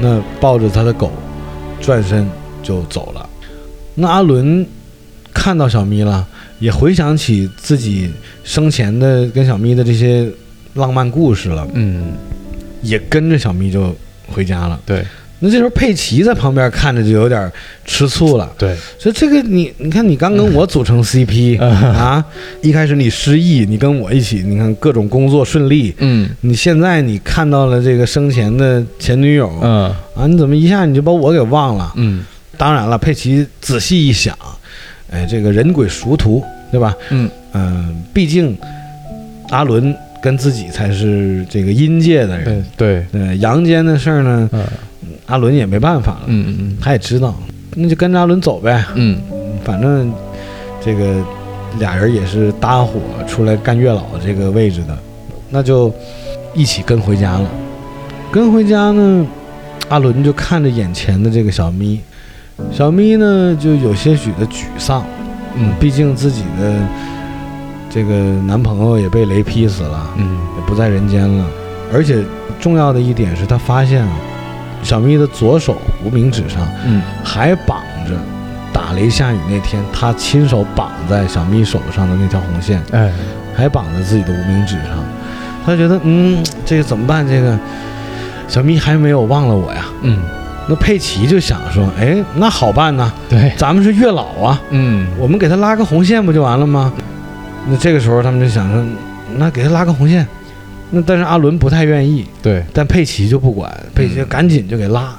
Speaker 1: 那抱着他的狗，转身就走了。那阿伦看到小咪了，也回想起自己生前的跟小咪的这些浪漫故事了，
Speaker 2: 嗯，
Speaker 1: 也跟着小咪就回家了。
Speaker 2: 对
Speaker 1: 那这时候佩奇在旁边看着就有点吃醋了，
Speaker 2: 对，
Speaker 1: 说这个你你看你刚跟我组成 CP
Speaker 2: 嗯
Speaker 1: 啊，一开始你失忆，你跟我一起，你看各种工作顺利，
Speaker 2: 嗯
Speaker 1: 你现在你看到了这个生前的前女友
Speaker 2: 嗯
Speaker 1: 啊，你怎么一下你就把我给忘了？
Speaker 2: 嗯
Speaker 1: 当然了，佩奇仔细一想，哎，这个人鬼殊途，对吧？
Speaker 2: 嗯
Speaker 1: 嗯，毕竟阿伦跟自己才是这个阴界的人，
Speaker 2: 对对，
Speaker 1: 呃，阳间的事儿呢，
Speaker 2: 嗯
Speaker 1: 阿伦也没办法了。
Speaker 2: 嗯
Speaker 1: 他也知道，那就跟着阿伦走呗。
Speaker 2: 嗯
Speaker 1: 反正这个俩人也是搭伙出来干月老这个位置的，那就一起跟回家了。跟回家呢，阿伦就看着眼前的这个小咪，小咪呢就有些许的沮丧，嗯，毕竟自己的这个男朋友也被雷劈死了，
Speaker 2: 嗯
Speaker 1: 也不在人间了。而且重要的一点是，他发现啊，小咪的左手无名指上
Speaker 2: 嗯
Speaker 1: 还绑着打雷下雨那天他亲手绑在小咪手上的那条红线，
Speaker 2: 哎，
Speaker 1: 还绑在自己的无名指上。他觉得，嗯，这个怎么办？这个小咪还没有忘了我呀。
Speaker 2: 嗯
Speaker 1: 那佩奇就想说，哎，那好办呐，
Speaker 2: 对，
Speaker 1: 咱们是月老啊，
Speaker 2: 嗯
Speaker 1: 我们给他拉个红线不就完了吗？那这个时候他们就想说，那给他拉个红线。那但是阿伦不太愿意，
Speaker 2: 对，
Speaker 1: 但佩奇就不管，佩奇赶紧就给拉，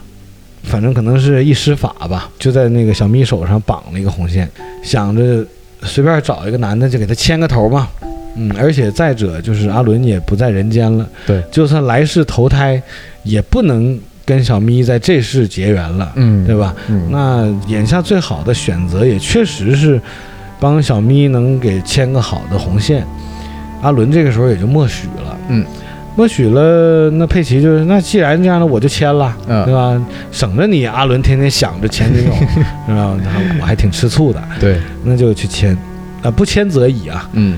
Speaker 1: 反正可能是一施法吧，就在那个小咪手上绑了一个红线，想着随便找一个男的就给他牵个头嘛。嗯，而且再者就是阿伦也不在人间了，
Speaker 2: 对
Speaker 1: 就算来世投胎，也不能跟小咪在这世结缘了，
Speaker 2: 嗯
Speaker 1: 对？吧？
Speaker 2: 嗯
Speaker 1: 那眼下最好的选择也确实是帮小咪能给牵个好的红线。阿伦这个时候也就默许了，
Speaker 2: 嗯，
Speaker 1: 默许了。那佩奇就是，那既然这样了，我就签了，对
Speaker 2: 嗯，
Speaker 1: 吧？省着你阿伦天天想着前 女友，是吧？我还挺吃醋的，
Speaker 2: 对，
Speaker 1: 那就去签。啊，不签则已啊。
Speaker 2: 嗯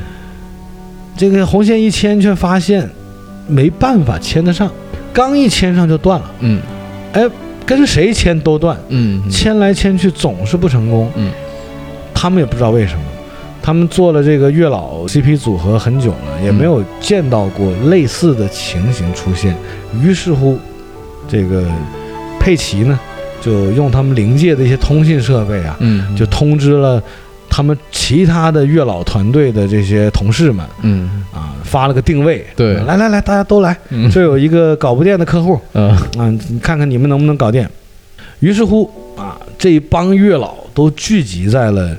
Speaker 1: 这个红线一牵，却发现没办法牵得上，刚一牵上就断了，
Speaker 2: 嗯
Speaker 1: 跟谁牵都断。
Speaker 2: 嗯
Speaker 1: 牵来牵去总是不成功。
Speaker 2: 嗯，
Speaker 1: 他们也不知道为什么，他们做了这个月老 CP 组合很久了，也没有见到过类似的情形出现。于是乎，这个佩奇呢，就用他们灵界的一些通信设备啊，
Speaker 2: 嗯
Speaker 1: 就通知了他们其他的月老团队的这些同事们
Speaker 2: 嗯
Speaker 1: 啊，发了个定位。
Speaker 2: 对
Speaker 1: 来来来，大家都来，
Speaker 2: 嗯
Speaker 1: 这有一个搞不定的客户。
Speaker 2: 嗯
Speaker 1: 啊，你看看你们能不能搞定。于是乎啊，这一帮月老都聚集在了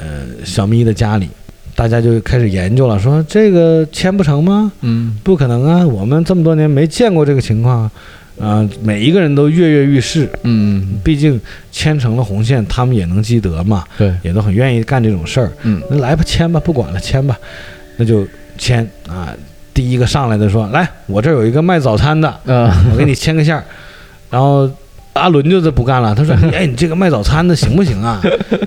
Speaker 1: 呃小咪的家里，大家就开始研究了，说这个签不成吗？
Speaker 2: 嗯
Speaker 1: 不可能啊，我们这么多年没见过这个情况，嗯、每一个人都跃跃欲试，
Speaker 2: 嗯，
Speaker 1: 毕竟牵成了红线，他们也能积德嘛，
Speaker 2: 对，
Speaker 1: 也都很愿意干这种事儿。
Speaker 2: 嗯
Speaker 1: 那来吧，签吧，不管了，签吧，那就签啊。第一个上来的说，来，我这儿有一个卖早餐的，
Speaker 2: 啊，
Speaker 1: 我给你签个线儿。然后阿伦就是不干了，他说：“哎，你这个卖早餐的行不行啊？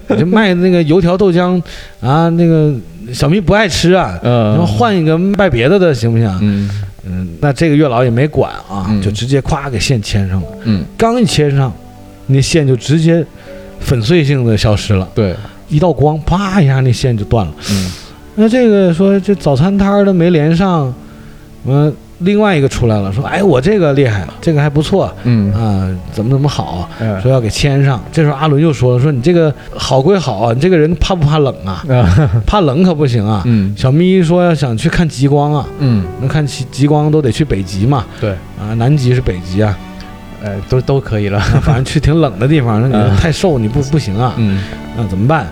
Speaker 1: 你这卖那个油条豆浆啊，那个小咪不爱吃啊，然后
Speaker 2: 呃，
Speaker 1: 换一个卖别的的行不行啊？”
Speaker 2: 嗯
Speaker 1: 嗯，那这个月老也没管啊，
Speaker 2: 嗯
Speaker 1: 就直接咵给线牵上了。
Speaker 2: 嗯，
Speaker 1: 刚一牵上，那线就直接粉碎性的消失了，
Speaker 2: 对，
Speaker 1: 一道光啪一下，那线就断了。
Speaker 2: 嗯
Speaker 1: 那这个说这早餐摊儿的没连上，嗯、另外一个出来了，说哎我这个厉害，这个还不错啊、
Speaker 2: 嗯，
Speaker 1: 怎么怎么好，
Speaker 2: 呃
Speaker 1: 说要给牵上。这时候阿伦又说了，说你这个好归好啊，你这个人怕不怕冷啊？
Speaker 2: 啊，
Speaker 1: 怕冷可不行啊。
Speaker 2: 嗯
Speaker 1: 小咪说要想去看极光啊，
Speaker 2: 嗯，
Speaker 1: 那看极极光都得去北极嘛。
Speaker 2: 对，
Speaker 1: 啊，南极是北极啊，
Speaker 2: 呃，都都可以了，
Speaker 1: 反正去挺冷的地方，那你
Speaker 2: 嗯
Speaker 1: 太瘦你不不行啊，
Speaker 2: 嗯
Speaker 1: 那怎么办？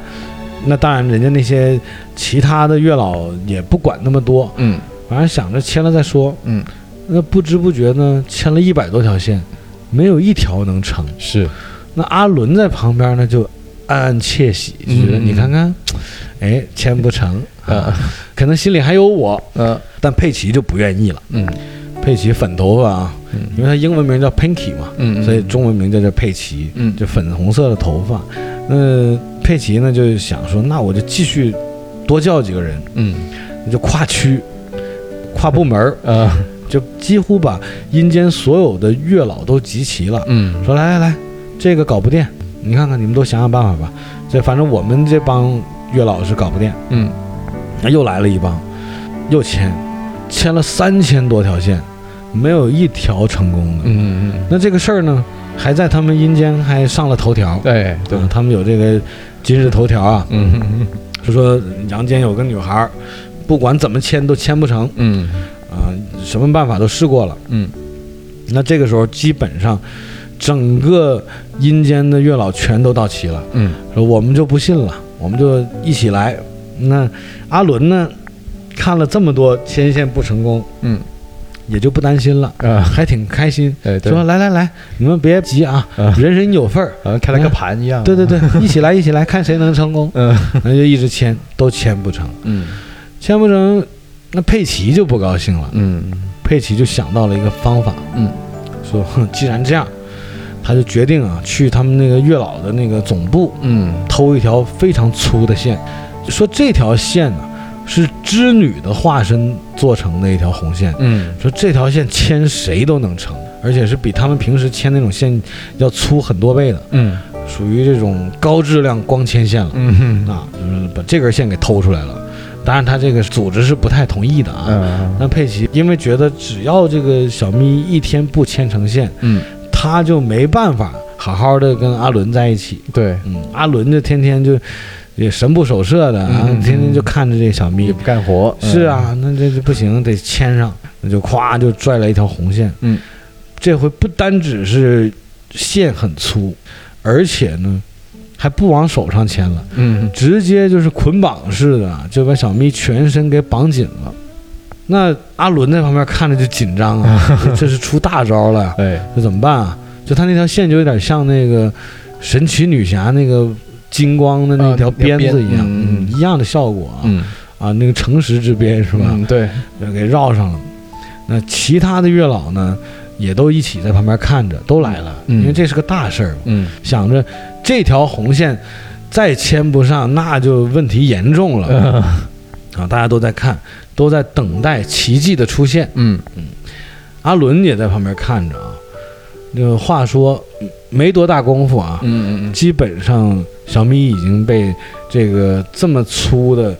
Speaker 1: 那当然，人家那些其他的月老也不管那么多，
Speaker 2: 嗯
Speaker 1: 反正想着签了再说。
Speaker 2: 嗯，
Speaker 1: 那不知不觉呢，签了一百多条线，没有一条能成。
Speaker 2: 是，
Speaker 1: 那阿伦在旁边呢，就暗暗窃喜，就觉得
Speaker 2: 嗯
Speaker 1: 你看看，哎，签不成啊，
Speaker 2: 呃
Speaker 1: 可能心里还有我。
Speaker 2: 呃，
Speaker 1: 但佩奇就不愿意了，
Speaker 2: 嗯
Speaker 1: 佩奇粉头发啊，因为
Speaker 2: 嗯
Speaker 1: 他英文名叫 Pinky 嘛，
Speaker 2: 嗯，
Speaker 1: 所以中文名叫叫佩奇，
Speaker 2: 嗯
Speaker 1: 就粉红色的头发。那佩奇呢就想说，那我就继续多叫几个人，
Speaker 2: 嗯
Speaker 1: 那就跨区、跨部门儿，
Speaker 2: 呃
Speaker 1: 就几乎把阴间所有的月老都集齐了。
Speaker 2: 嗯
Speaker 1: 说来来来，这个搞不定，你看看你们都想想办法吧。这反正我们这帮月老是搞不定。
Speaker 2: 嗯
Speaker 1: 那又来了一帮，又签，签了三千多条线，没有一条成功的。
Speaker 2: 嗯嗯，
Speaker 1: 那这个事儿呢，还在他们阴间还上了头条，
Speaker 2: 对哎对，
Speaker 1: 嗯他们有这个今日头条啊，
Speaker 2: 嗯
Speaker 1: 就说阳间有个女孩儿，不管怎么签都签不成
Speaker 2: 嗯
Speaker 1: 啊、什么办法都试过了。
Speaker 2: 嗯
Speaker 1: 那这个时候基本上，整个阴间的月老全都到齐了，
Speaker 2: 嗯
Speaker 1: 说我们就不信了，我们就一起来。那阿伦呢，看了这么多牵线不成功，
Speaker 2: 嗯
Speaker 1: 也就不担心了，
Speaker 2: 啊，
Speaker 1: 还挺开心，
Speaker 2: 对对
Speaker 1: 说，来来来，你们别急啊
Speaker 2: 啊，
Speaker 1: 人人有份儿。
Speaker 2: 好像开了个盘一样，
Speaker 1: 对对，对，一起来，一起来，看谁能成功。
Speaker 2: 嗯
Speaker 1: 那就一直签，都签不成，
Speaker 2: 嗯
Speaker 1: 签不成，那佩奇就不高兴了。
Speaker 2: 嗯
Speaker 1: 佩奇就想到了一个方法，
Speaker 2: 嗯，
Speaker 1: 说 哼，既然这样，他就决定啊，去他们那个月老的那个总部
Speaker 2: 嗯
Speaker 1: 偷一条非常粗的线，说这条线呢、是织女的化身做成的一条红线，
Speaker 2: 嗯
Speaker 1: 说这条线牵谁都能成，而且是比他们平时牵那种线要粗很多倍的，
Speaker 2: 嗯
Speaker 1: 属于这种高质量光纤线了。
Speaker 2: 嗯
Speaker 1: 啊，就是把这根线给偷出来了。当然，他这个组织是不太同意的啊。
Speaker 2: 嗯
Speaker 1: 那佩奇因为觉得只要这个小咪一天不牵成线，
Speaker 2: 嗯，
Speaker 1: 他就没办法好好的跟阿伦在一起。
Speaker 2: 对，
Speaker 1: 嗯，阿伦就天天就也神不守舍的啊，
Speaker 2: 嗯嗯嗯
Speaker 1: 天天就看着这小
Speaker 2: 也
Speaker 1: 咪。
Speaker 2: 不干活，
Speaker 1: 是，啊，那这就不行，得牵上，那就咵就拽了一条红线。
Speaker 2: 嗯，
Speaker 1: 这回不单只是线很粗，而且呢还不往手上牵了。
Speaker 2: 嗯
Speaker 1: 直接就是捆绑似的，就把小咪全身给绑紧了。那阿伦在旁边看着就紧张 啊，这是出大招了呀，
Speaker 2: 哎，
Speaker 1: 这怎么办啊？就他那条线就有点像那个神奇女侠那个金光的那条
Speaker 2: 啊那条
Speaker 1: 鞭子一样，
Speaker 2: 鞭嗯
Speaker 1: 一样的效果啊，
Speaker 2: 嗯
Speaker 1: 啊，那个诚实之鞭是吧？
Speaker 2: 嗯对，
Speaker 1: 就给绕上了。那其他的月老呢，也都一起在旁边看着，都来了，
Speaker 2: 嗯
Speaker 1: 因为这是个大事儿嘛。
Speaker 2: 嗯
Speaker 1: 想着这条红线再牵不上，那就问题严重了
Speaker 2: 嗯
Speaker 1: 啊！大家都在看，都在等待奇迹的出现。
Speaker 2: 嗯
Speaker 1: 阿伦也在旁边看着啊。那个话说，没多大功夫啊，
Speaker 2: 嗯嗯
Speaker 1: 基本上小咪已经被这个这么粗的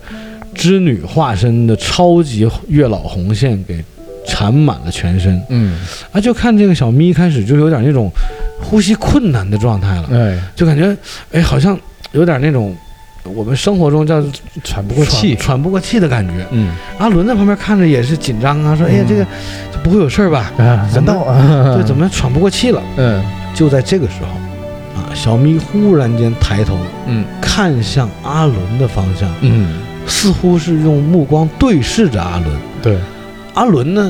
Speaker 1: 织女化身的超级月老红线给缠满了全身
Speaker 2: 嗯，
Speaker 1: 啊！就看这个小咪开始就有点那种呼吸困难的状态了。
Speaker 2: 哎，
Speaker 1: 就感觉哎，好像有点那种我们生活中叫
Speaker 2: 喘不
Speaker 1: 不
Speaker 2: 过气，
Speaker 1: 喘不过气的感觉。
Speaker 2: 嗯
Speaker 1: 阿伦在旁边看着也是紧张啊，说：“哎呀，
Speaker 2: 嗯
Speaker 1: 这个这不会有事儿吧
Speaker 2: 啊，难道啊？？”
Speaker 1: 对，怎？么喘不过气了？
Speaker 2: 嗯
Speaker 1: 就在这个时候，啊，小咪忽然间抬头
Speaker 2: 嗯
Speaker 1: 看向阿伦的方向，
Speaker 2: 嗯，
Speaker 1: 似乎是用目光对视着阿伦。
Speaker 2: 对，
Speaker 1: 阿伦呢，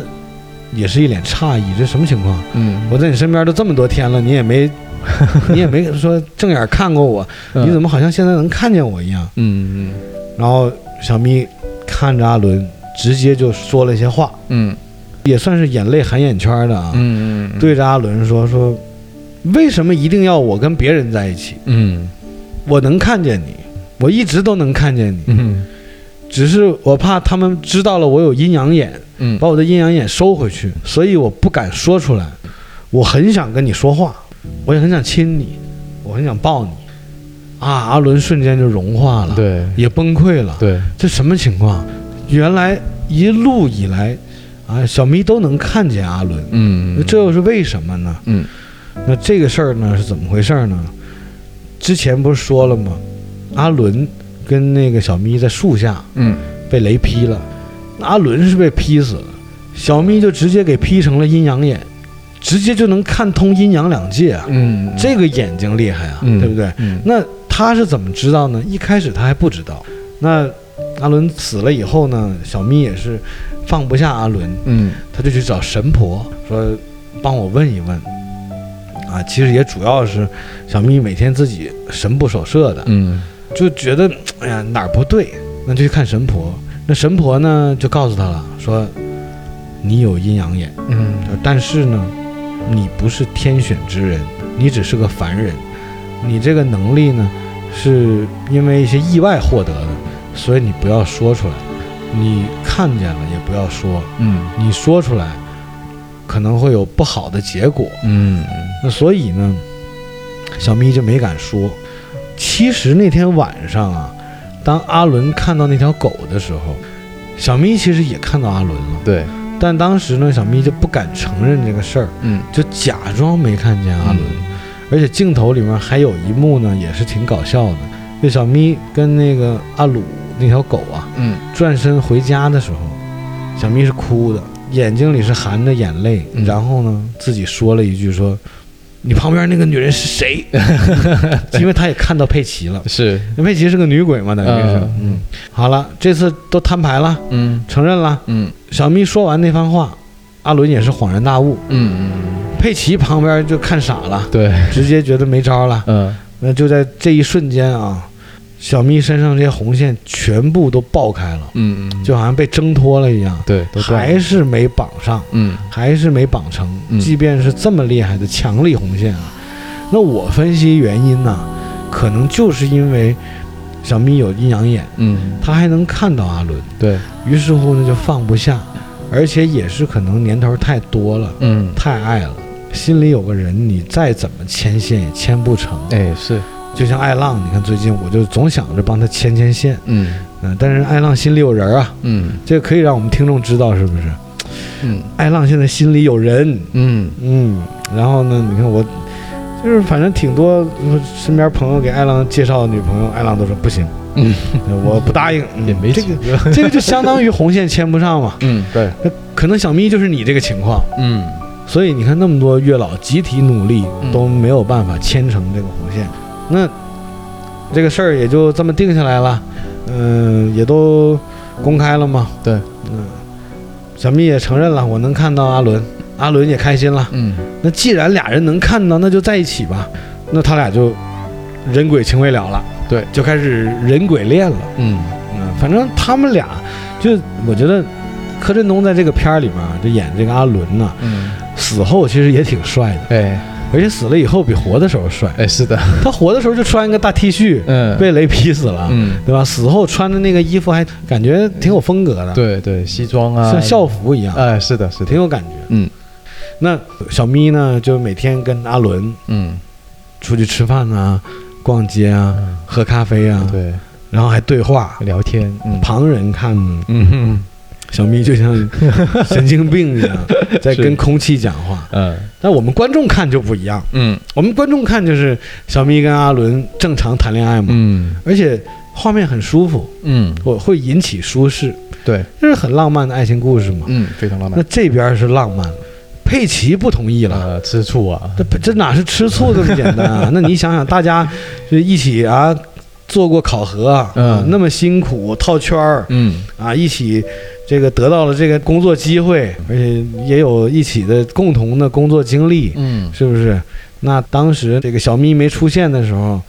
Speaker 1: 也是一脸诧异，这什么情况？
Speaker 2: 嗯，
Speaker 1: 我在你身边都这么多天了，你也没， 你也没说正眼看过我，你怎
Speaker 2: 么？
Speaker 1: 么好像现在能看见我一样？
Speaker 2: 嗯
Speaker 1: 然后小咪看着阿伦，直接就说了一些话，
Speaker 2: 嗯
Speaker 1: 也算是眼泪含眼圈的啊，
Speaker 2: 嗯嗯，
Speaker 1: 对着阿伦说说，为什么一定要我跟别人在一起？
Speaker 2: 嗯
Speaker 1: 我能看见你，我一直都能看见你，
Speaker 2: 嗯
Speaker 1: 只是我怕他们知道了我有阴阳眼，
Speaker 2: 嗯
Speaker 1: 把我的阴阳眼收回去，所以我不敢说出来。我很想跟你说话，我也很想亲你，我很想抱你。啊，阿伦瞬间就融化了，
Speaker 2: 对
Speaker 1: 也崩溃了。
Speaker 2: 对，
Speaker 1: 这什么情况？原来一路以来，啊，小咪都能看见阿伦，
Speaker 2: 嗯
Speaker 1: 那这又是为什么呢？
Speaker 2: 嗯
Speaker 1: 那这个事儿呢是怎么回事儿呢？之前不是说了吗？阿伦跟那个小咪在树下
Speaker 2: 嗯
Speaker 1: 被雷劈了，那阿伦是被劈死了，小咪就直接给劈成了阴阳眼，直接就能看通阴阳两界啊！
Speaker 2: 嗯
Speaker 1: 这个眼睛厉害啊，
Speaker 2: 嗯
Speaker 1: 对不对？
Speaker 2: 嗯
Speaker 1: 那他是怎么知道呢？一开始他还不知道。那阿伦死了以后呢，小咪也是放不下阿伦，
Speaker 2: 嗯
Speaker 1: 他就去找神婆说，帮我问一问。啊，其实也主要是小咪每天自己神不守舍的，
Speaker 2: 嗯
Speaker 1: 就觉得哎呀哪儿不对，那就去看神婆。那神婆呢就告诉他了，说你有阴阳眼，
Speaker 2: 嗯
Speaker 1: 但是呢，你不是天选之人，你只是个凡人，你这个能力呢，是因为一些意外获得的，所以你不要说出来，你看见了也不要说，
Speaker 2: 嗯
Speaker 1: 你说出来可能会有不好的结果。
Speaker 2: 嗯
Speaker 1: 那所以呢，小咪就没敢说。其实那天晚上啊，当阿伦看到那条狗的时候，小咪其实也看到阿伦了，
Speaker 2: 对，
Speaker 1: 但当时呢，小咪就不敢承认这个事儿。
Speaker 2: 嗯
Speaker 1: 就假装没看见阿伦。而且镜头里面还有一幕呢，也是挺搞笑的。就小咪跟那个阿鲁那条狗啊，
Speaker 2: 嗯
Speaker 1: 转身回家的时候，小咪是哭的，眼睛里是含着眼泪，
Speaker 2: 嗯
Speaker 1: 然后呢，自己说了一句说：“你旁边那个女人是谁？” 因为他也看到佩奇了，
Speaker 2: 是
Speaker 1: 那佩奇是个女鬼嘛，等于是。
Speaker 2: 嗯
Speaker 1: 嗯，好了，这次都摊牌了，
Speaker 2: 嗯
Speaker 1: 承认了。
Speaker 2: 嗯
Speaker 1: 小咪说完那番话，阿伦也是恍然大悟，
Speaker 2: 嗯
Speaker 1: 佩奇旁边就看傻了，
Speaker 2: 对，
Speaker 1: 直接觉得没招了。
Speaker 2: 嗯
Speaker 1: 那就在这一瞬间啊，小咪身上这些红线全部都爆开了，
Speaker 2: 嗯嗯
Speaker 1: 就好像被挣脱了一样，
Speaker 2: 对，
Speaker 1: 还是没绑上，
Speaker 2: 嗯
Speaker 1: 还是没绑成。
Speaker 2: 嗯
Speaker 1: 即便是这么厉害的强力红线啊，那我分析原因呢、可能就是因为小咪有阴阳眼，
Speaker 2: 嗯
Speaker 1: 他还能看到阿伦，
Speaker 2: 对，
Speaker 1: 于是乎呢就放不下，而且也是可能年头太多了。
Speaker 2: 嗯
Speaker 1: 太爱了，心里有个人，你再怎么牵线也牵不成。
Speaker 2: 哎是
Speaker 1: 就像艾浪，你看最近我就总想着帮他牵牵线，
Speaker 2: 嗯
Speaker 1: 嗯、但是艾浪心里有人啊，
Speaker 2: 嗯
Speaker 1: 这个可以让我们听众知道是不是？
Speaker 2: 嗯
Speaker 1: 艾浪现在心里有人，
Speaker 2: 嗯
Speaker 1: 嗯，然后呢，你看我。就是反正挺多，我身边朋友给艾浪介绍女朋友，艾浪都说不 行，
Speaker 2: 嗯，
Speaker 1: 我不答应，嗯
Speaker 2: 也没
Speaker 1: 这
Speaker 2: 几
Speaker 1: 个，
Speaker 2: 个，
Speaker 1: 这个就相当于红线牵不上嘛。
Speaker 2: 嗯对，
Speaker 1: 可能小咪就是你这个情况，
Speaker 2: 嗯。
Speaker 1: 所以你看，那么多月老集体努力
Speaker 2: 嗯
Speaker 1: 都没有办法牵成这个红线，那这个事儿也就这么定下来了。嗯、也都公开了嘛。
Speaker 2: 对
Speaker 1: 嗯、小蜜也承认了，我能看到阿伦，阿伦也开心了。
Speaker 2: 嗯
Speaker 1: 那既然俩人能看到，那就在一起吧。那他俩就人鬼情未了了，
Speaker 2: 对，
Speaker 1: 就开始人鬼恋了。
Speaker 2: 嗯
Speaker 1: 嗯，反正他们俩就我觉得柯震东在这个片儿里面啊就演这个阿伦呐、
Speaker 2: 嗯，
Speaker 1: 死后其实也挺帅的，
Speaker 2: 哎
Speaker 1: 而且死了以后比活的时候 帅。
Speaker 2: 哎，是的，
Speaker 1: 他活的时候就穿一个大 T 恤，
Speaker 2: 嗯，
Speaker 1: 被雷劈死了，
Speaker 2: 嗯，
Speaker 1: 对吧？死后穿的那个衣服还感觉挺有风格的，，
Speaker 2: 对对，西装啊，
Speaker 1: 像校服一样，
Speaker 2: 哎，是的，是
Speaker 1: 挺
Speaker 2: 的，
Speaker 1: 有感觉。
Speaker 2: 嗯
Speaker 1: 那小咪呢，就每天跟阿伦
Speaker 2: 嗯，
Speaker 1: 出去吃饭啊、逛街啊、
Speaker 2: 嗯
Speaker 1: 喝咖啡啊，
Speaker 2: 对，
Speaker 1: 然后还对话。
Speaker 2: 聊天，嗯，
Speaker 1: 旁人看
Speaker 2: 嗯哼，
Speaker 1: 小咪就像神经病 一样，在
Speaker 2: 是
Speaker 1: 跟空气讲话，
Speaker 2: 嗯
Speaker 1: 但我们观众看就不一样。
Speaker 2: 嗯
Speaker 1: 我们观众看就是小咪跟阿伦正常谈恋爱嘛，
Speaker 2: 嗯
Speaker 1: 而且画面很舒服，
Speaker 2: 嗯，
Speaker 1: 我会引起舒适，
Speaker 2: 对，
Speaker 1: 这是很浪漫的爱情故事嘛。
Speaker 2: 嗯，非常浪
Speaker 1: 那
Speaker 2: 漫，
Speaker 1: 这边是浪漫了，佩奇不同意了。
Speaker 2: 呃，吃醋啊，
Speaker 1: 这这哪是吃醋这么简单 啊？那你想想，大家就一起啊，做过考核啊，
Speaker 2: 嗯
Speaker 1: 啊那么辛苦套圈儿
Speaker 2: 嗯
Speaker 1: 啊，一起这个得到了这个工作机会，而且也有一起的共同的工作经历，
Speaker 2: 嗯，
Speaker 1: 是不是？那当时这个小咪没出现的时候，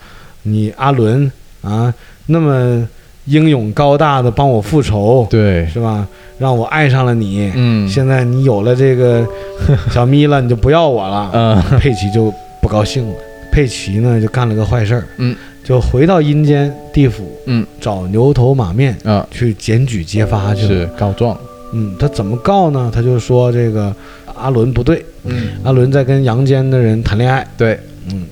Speaker 1: 你阿伦啊，那么英勇高大的帮我复仇，
Speaker 2: 对，
Speaker 1: 是吧？让我爱上了你。
Speaker 2: 嗯，
Speaker 1: 现在你有了这 个小咪了，你就不要我了。
Speaker 2: 嗯
Speaker 1: 佩奇就不高兴了，佩奇呢就干了个坏事儿，
Speaker 2: 嗯，
Speaker 1: 就回到阴间地府，
Speaker 2: 嗯，
Speaker 1: 找牛头马面
Speaker 2: 啊，
Speaker 1: 去检举揭发去了。
Speaker 2: 是告状，
Speaker 1: 嗯，他怎么告呢？他就说这个阿伦不对，
Speaker 2: 嗯，
Speaker 1: 阿伦在跟阳间的人谈恋爱。
Speaker 2: 对，
Speaker 1: 嗯，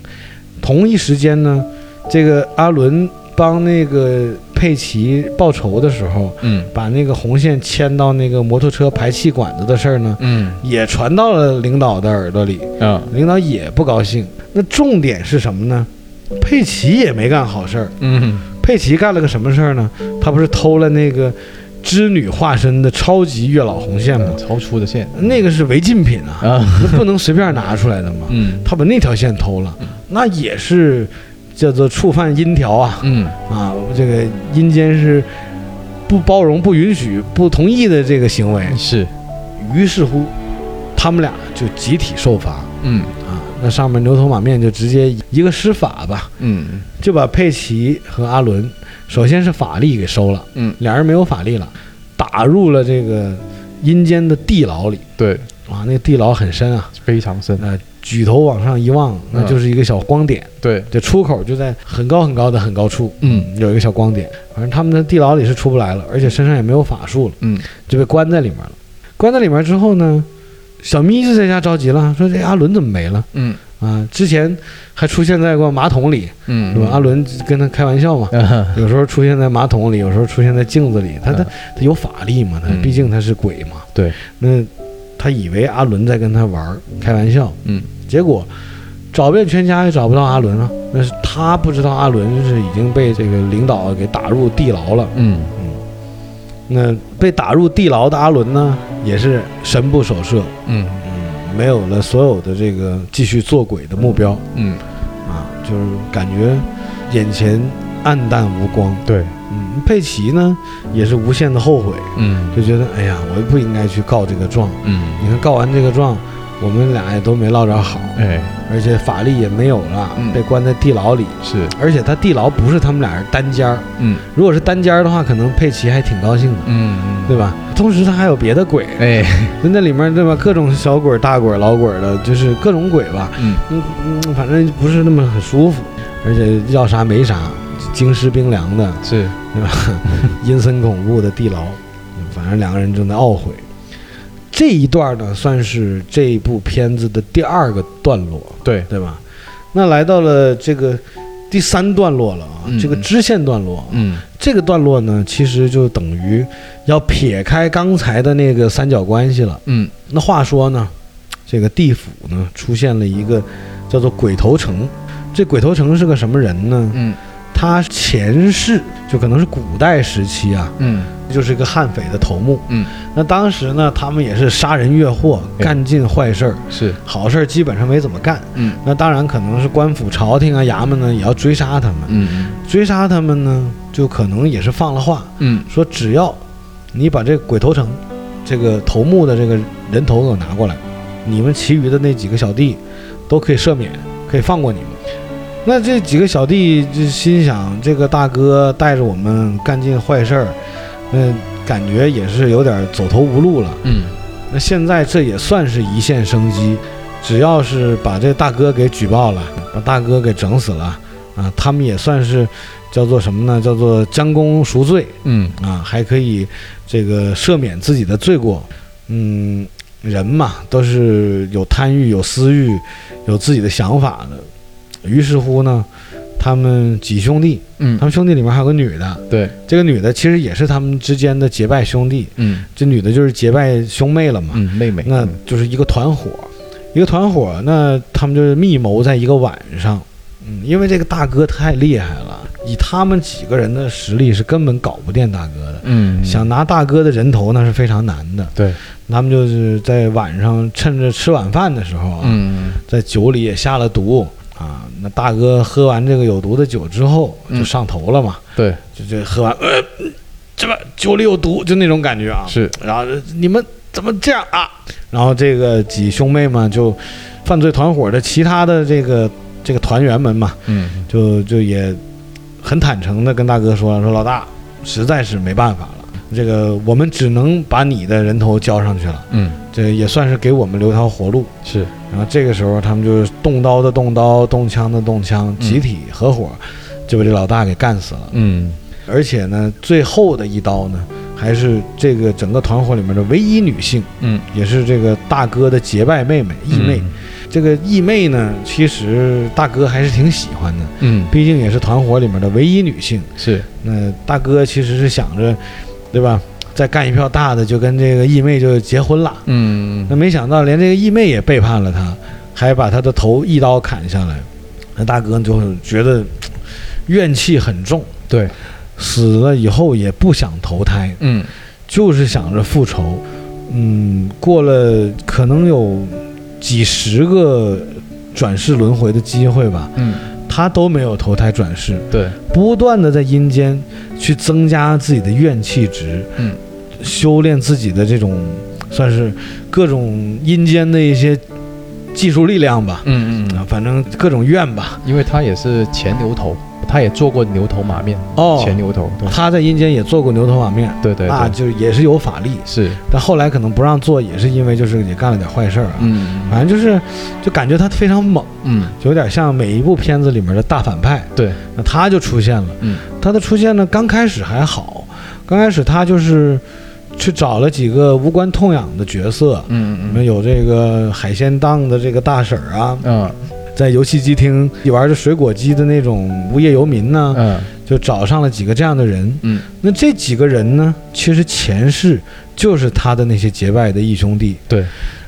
Speaker 1: 同一时间呢，这个阿伦帮那个佩奇报仇的时候，
Speaker 2: 嗯
Speaker 1: 把那个红线牵到那个摩托车排气管子的事儿呢，
Speaker 2: 嗯
Speaker 1: 也传到了领导的耳朵里，
Speaker 2: 啊，
Speaker 1: 领导也不高兴。那重点是什么呢？佩奇也没干好事儿。
Speaker 2: 嗯
Speaker 1: 佩奇干了个什么事儿呢？他不是偷了那个织女化身的超级月老红线吗
Speaker 2: 嗯，？超出的线
Speaker 1: 那个是违禁品啊，
Speaker 2: 啊，
Speaker 1: 那不能随便拿出来的嘛。
Speaker 2: 嗯
Speaker 1: 他把那条线偷了，那也是叫做触犯阴条啊
Speaker 2: 嗯
Speaker 1: 啊！这个阴间是不包容、不允许、不同意的这个行为。
Speaker 2: 是，
Speaker 1: 于是乎，他们俩就集体受罚
Speaker 2: 嗯
Speaker 1: 啊。那上面牛头马面就直接一个施法吧，
Speaker 2: 嗯
Speaker 1: 就把佩奇和阿伦首先是法力给收了，
Speaker 2: 嗯，
Speaker 1: 俩人没有法力了，打入了这个阴间的地牢里。
Speaker 2: 对，
Speaker 1: 哇，那个地牢很深啊！
Speaker 2: 非常深，
Speaker 1: 那举头往上一望，那就是一个小光点，
Speaker 2: 对，
Speaker 1: 这出口就在很高很高的很高处，
Speaker 2: 嗯
Speaker 1: 有一个小光点。反正他们的地牢里是出不来了，而且身上也没有法术了，
Speaker 2: 嗯
Speaker 1: 就被关在里面了。关在里面之后呢，小咪就在家着急了，说这阿伦怎么没了？
Speaker 2: 嗯
Speaker 1: 啊，之前还出现在过马桶里，
Speaker 2: 嗯，
Speaker 1: 是吧？阿伦跟他开玩笑嘛，
Speaker 2: 啊，
Speaker 1: 有时候出现在马桶里，有时候出现在镜子里。他他
Speaker 2: 嗯
Speaker 1: 他有法力嘛，他
Speaker 2: 嗯
Speaker 1: 毕竟他是鬼嘛。
Speaker 2: 对，
Speaker 1: 那他以为阿伦在跟他玩儿开玩笑，
Speaker 2: 嗯，
Speaker 1: 结果找遍全家也找不到阿伦啊。那是他不知道阿伦是已经被这个领导给打入地牢了。
Speaker 2: 嗯
Speaker 1: 那被打入地牢的阿伦呢，也是神不守舍，
Speaker 2: 嗯
Speaker 1: 嗯，没有了所有的这个继续做鬼的目标
Speaker 2: 嗯，
Speaker 1: 啊，就是感觉眼前暗淡无光。
Speaker 2: 对，
Speaker 1: 嗯，佩奇呢也是无限的后悔，
Speaker 2: 嗯
Speaker 1: 就觉得哎呀，我不应该去告这个状。
Speaker 2: 嗯，
Speaker 1: 你看告完这个状，我们俩也都没落着好，
Speaker 2: 哎，
Speaker 1: 而且法力也没有了，
Speaker 2: 嗯
Speaker 1: 被关在地牢里。
Speaker 2: 是，
Speaker 1: 而且他地牢不是他们俩人单间儿，
Speaker 2: 嗯
Speaker 1: 如果是单间儿的话，可能佩奇还挺高兴的，
Speaker 2: 嗯
Speaker 1: 对吧？同时他还有别的鬼，
Speaker 2: 哎，
Speaker 1: 那那里面对吧，各种小鬼、大鬼、老鬼的，就是各种鬼吧。
Speaker 2: 嗯
Speaker 1: 嗯嗯，反正不是那么很舒服，而且要啥没啥，京师冰凉的，
Speaker 2: 是，
Speaker 1: 对吧？阴森恐怖的地牢，反正两个人正在懊悔。这一段呢，算是这部片子的第二个段落，
Speaker 2: 对，
Speaker 1: 对吧？那来到了这个第三段落了啊，
Speaker 2: 嗯
Speaker 1: 这个支线段落啊，
Speaker 2: 嗯
Speaker 1: 这个段落呢，其实就等于要撇开刚才的那个三角关系了。
Speaker 2: 嗯
Speaker 1: 那话说呢，这个地府呢出现了一个叫做鬼头城，这鬼头城是个什么人呢？
Speaker 2: 嗯
Speaker 1: 他前世就可能是古代时期啊，
Speaker 2: 嗯
Speaker 1: 就是一个悍匪的头目。
Speaker 2: 嗯，
Speaker 1: 那当时呢，他们也是杀人越货，
Speaker 2: 对
Speaker 1: 干尽坏事儿，
Speaker 2: 是，
Speaker 1: 好事儿基本上没怎么干。
Speaker 2: 嗯
Speaker 1: 那当然，可能是官府、朝廷啊、衙门呢也要追杀他们。
Speaker 2: 嗯
Speaker 1: 追杀他们呢，就可能也是放了话，
Speaker 2: 嗯
Speaker 1: 说只要你把这个鬼头城这个头目的这个人头给我拿过来，你们其余的那几个小弟都可以赦免，可以放过你们。那这几个小弟就心想，这个大哥带着我们干尽坏事儿，那感觉也是有点走投无路了。
Speaker 2: 嗯
Speaker 1: 那现在这也算是一线生机，只要是把这大哥给举报了，把大哥给整死了，啊，他们也算是叫做什么呢？叫做将功赎罪。
Speaker 2: 嗯
Speaker 1: 啊，还可以这个赦免自己的罪过。嗯，人嘛都是有贪欲、有私欲、有自己的想法的。于是乎呢，他们几兄弟，他
Speaker 2: 嗯，
Speaker 1: 们兄弟里面还有个女的，
Speaker 2: 对，
Speaker 1: 这个女的其实也是他们之间的结拜兄弟，
Speaker 2: 嗯
Speaker 1: 这女的就是结拜兄妹了嘛，
Speaker 2: 嗯，妹妹，
Speaker 1: 那就是一个团伙，一个团伙，那他们就是密谋在一个晚上。嗯，因为这个大哥太厉害了，以他们几个人的实力是根本搞不定大哥的。
Speaker 2: 嗯，
Speaker 1: 想拿大哥的人头那是非常难的。
Speaker 2: 对，
Speaker 1: 他们就是在晚上趁着吃晚饭的时候啊，
Speaker 2: 嗯
Speaker 1: 在酒里也下了毒啊。那大哥喝完这个有毒的酒之后
Speaker 2: 嗯
Speaker 1: 就上头了嘛，
Speaker 2: 对，
Speaker 1: 就就喝完，呃，这吧，酒里有毒，就那种感觉啊。
Speaker 2: 是，
Speaker 1: 然后你们怎么这样啊？然后这个几兄妹嘛，就犯罪团伙的其他的这个这个团员们嘛，
Speaker 2: 嗯，
Speaker 1: 就就也很坦诚的跟大哥说说老大，实在是没办法了，这个我们只能把你的人头交上去了，
Speaker 2: 嗯，
Speaker 1: 这也算是给我们留条活路。
Speaker 2: 是，
Speaker 1: 然后这个时候他们就是动刀的动刀，动枪的动枪，集体合伙就把这老大给干死了。
Speaker 2: 嗯，
Speaker 1: 而且呢，最后的一刀呢，还是这个整个团伙里面的唯一女性，
Speaker 2: 嗯，
Speaker 1: 也是这个大哥的结拜妹妹义妹。这个义妹呢，其实大哥还是挺喜欢的，
Speaker 2: 嗯，
Speaker 1: 毕竟也是团伙里面的唯一女性。
Speaker 2: 是，
Speaker 1: 那大哥其实是想着，对吧？再干一票大的，就跟这个义妹就结婚了。
Speaker 2: 嗯
Speaker 1: 那，没想到连这个义妹也背叛了他，还把他的头一刀砍下来。那大哥就觉得怨气很重，
Speaker 2: 对，
Speaker 1: 死了以后也不想投胎，
Speaker 2: 嗯，
Speaker 1: 就是想着复仇。嗯，过了可能有几十个转世轮回的机会吧，
Speaker 2: 嗯，
Speaker 1: 他都没有投胎转世，
Speaker 2: 对，
Speaker 1: 不断的在阴间去增加自己的怨气值，
Speaker 2: 嗯，
Speaker 1: 修炼自己的这种算是各种阴间的一些技术力量吧，
Speaker 2: 嗯
Speaker 1: 啊，，反正各种怨吧。
Speaker 2: 因为他也是前牛头，他也做过牛头马面，
Speaker 1: 哦，
Speaker 2: 前牛头，
Speaker 1: 他在阴间也做过牛头马面，
Speaker 2: 对对
Speaker 1: 那啊
Speaker 2: 对，
Speaker 1: 就也是有法力，
Speaker 2: 是，
Speaker 1: 但后来可能不让做，也是因为就是也干了点坏事儿啊。
Speaker 2: 嗯
Speaker 1: 反正就是，就感觉他非常猛，
Speaker 2: 嗯，
Speaker 1: 就有点像每一部片子里面的大反派。
Speaker 2: 对，
Speaker 1: 那他就出现了。
Speaker 2: 嗯，
Speaker 1: 他的出现呢，刚开始还好，刚开始他就是去找了几个无关痛痒的角色，
Speaker 2: 嗯
Speaker 1: 什么有这个海鲜档的这个大婶儿啊，
Speaker 2: 嗯
Speaker 1: 在游戏机厅里玩着水果机的那种无业游民呢，
Speaker 2: 嗯
Speaker 1: 就找上了几个这样的人。
Speaker 2: 嗯，
Speaker 1: 那这几个人呢，其实前世就是他的那些结拜的义兄弟。
Speaker 2: 对，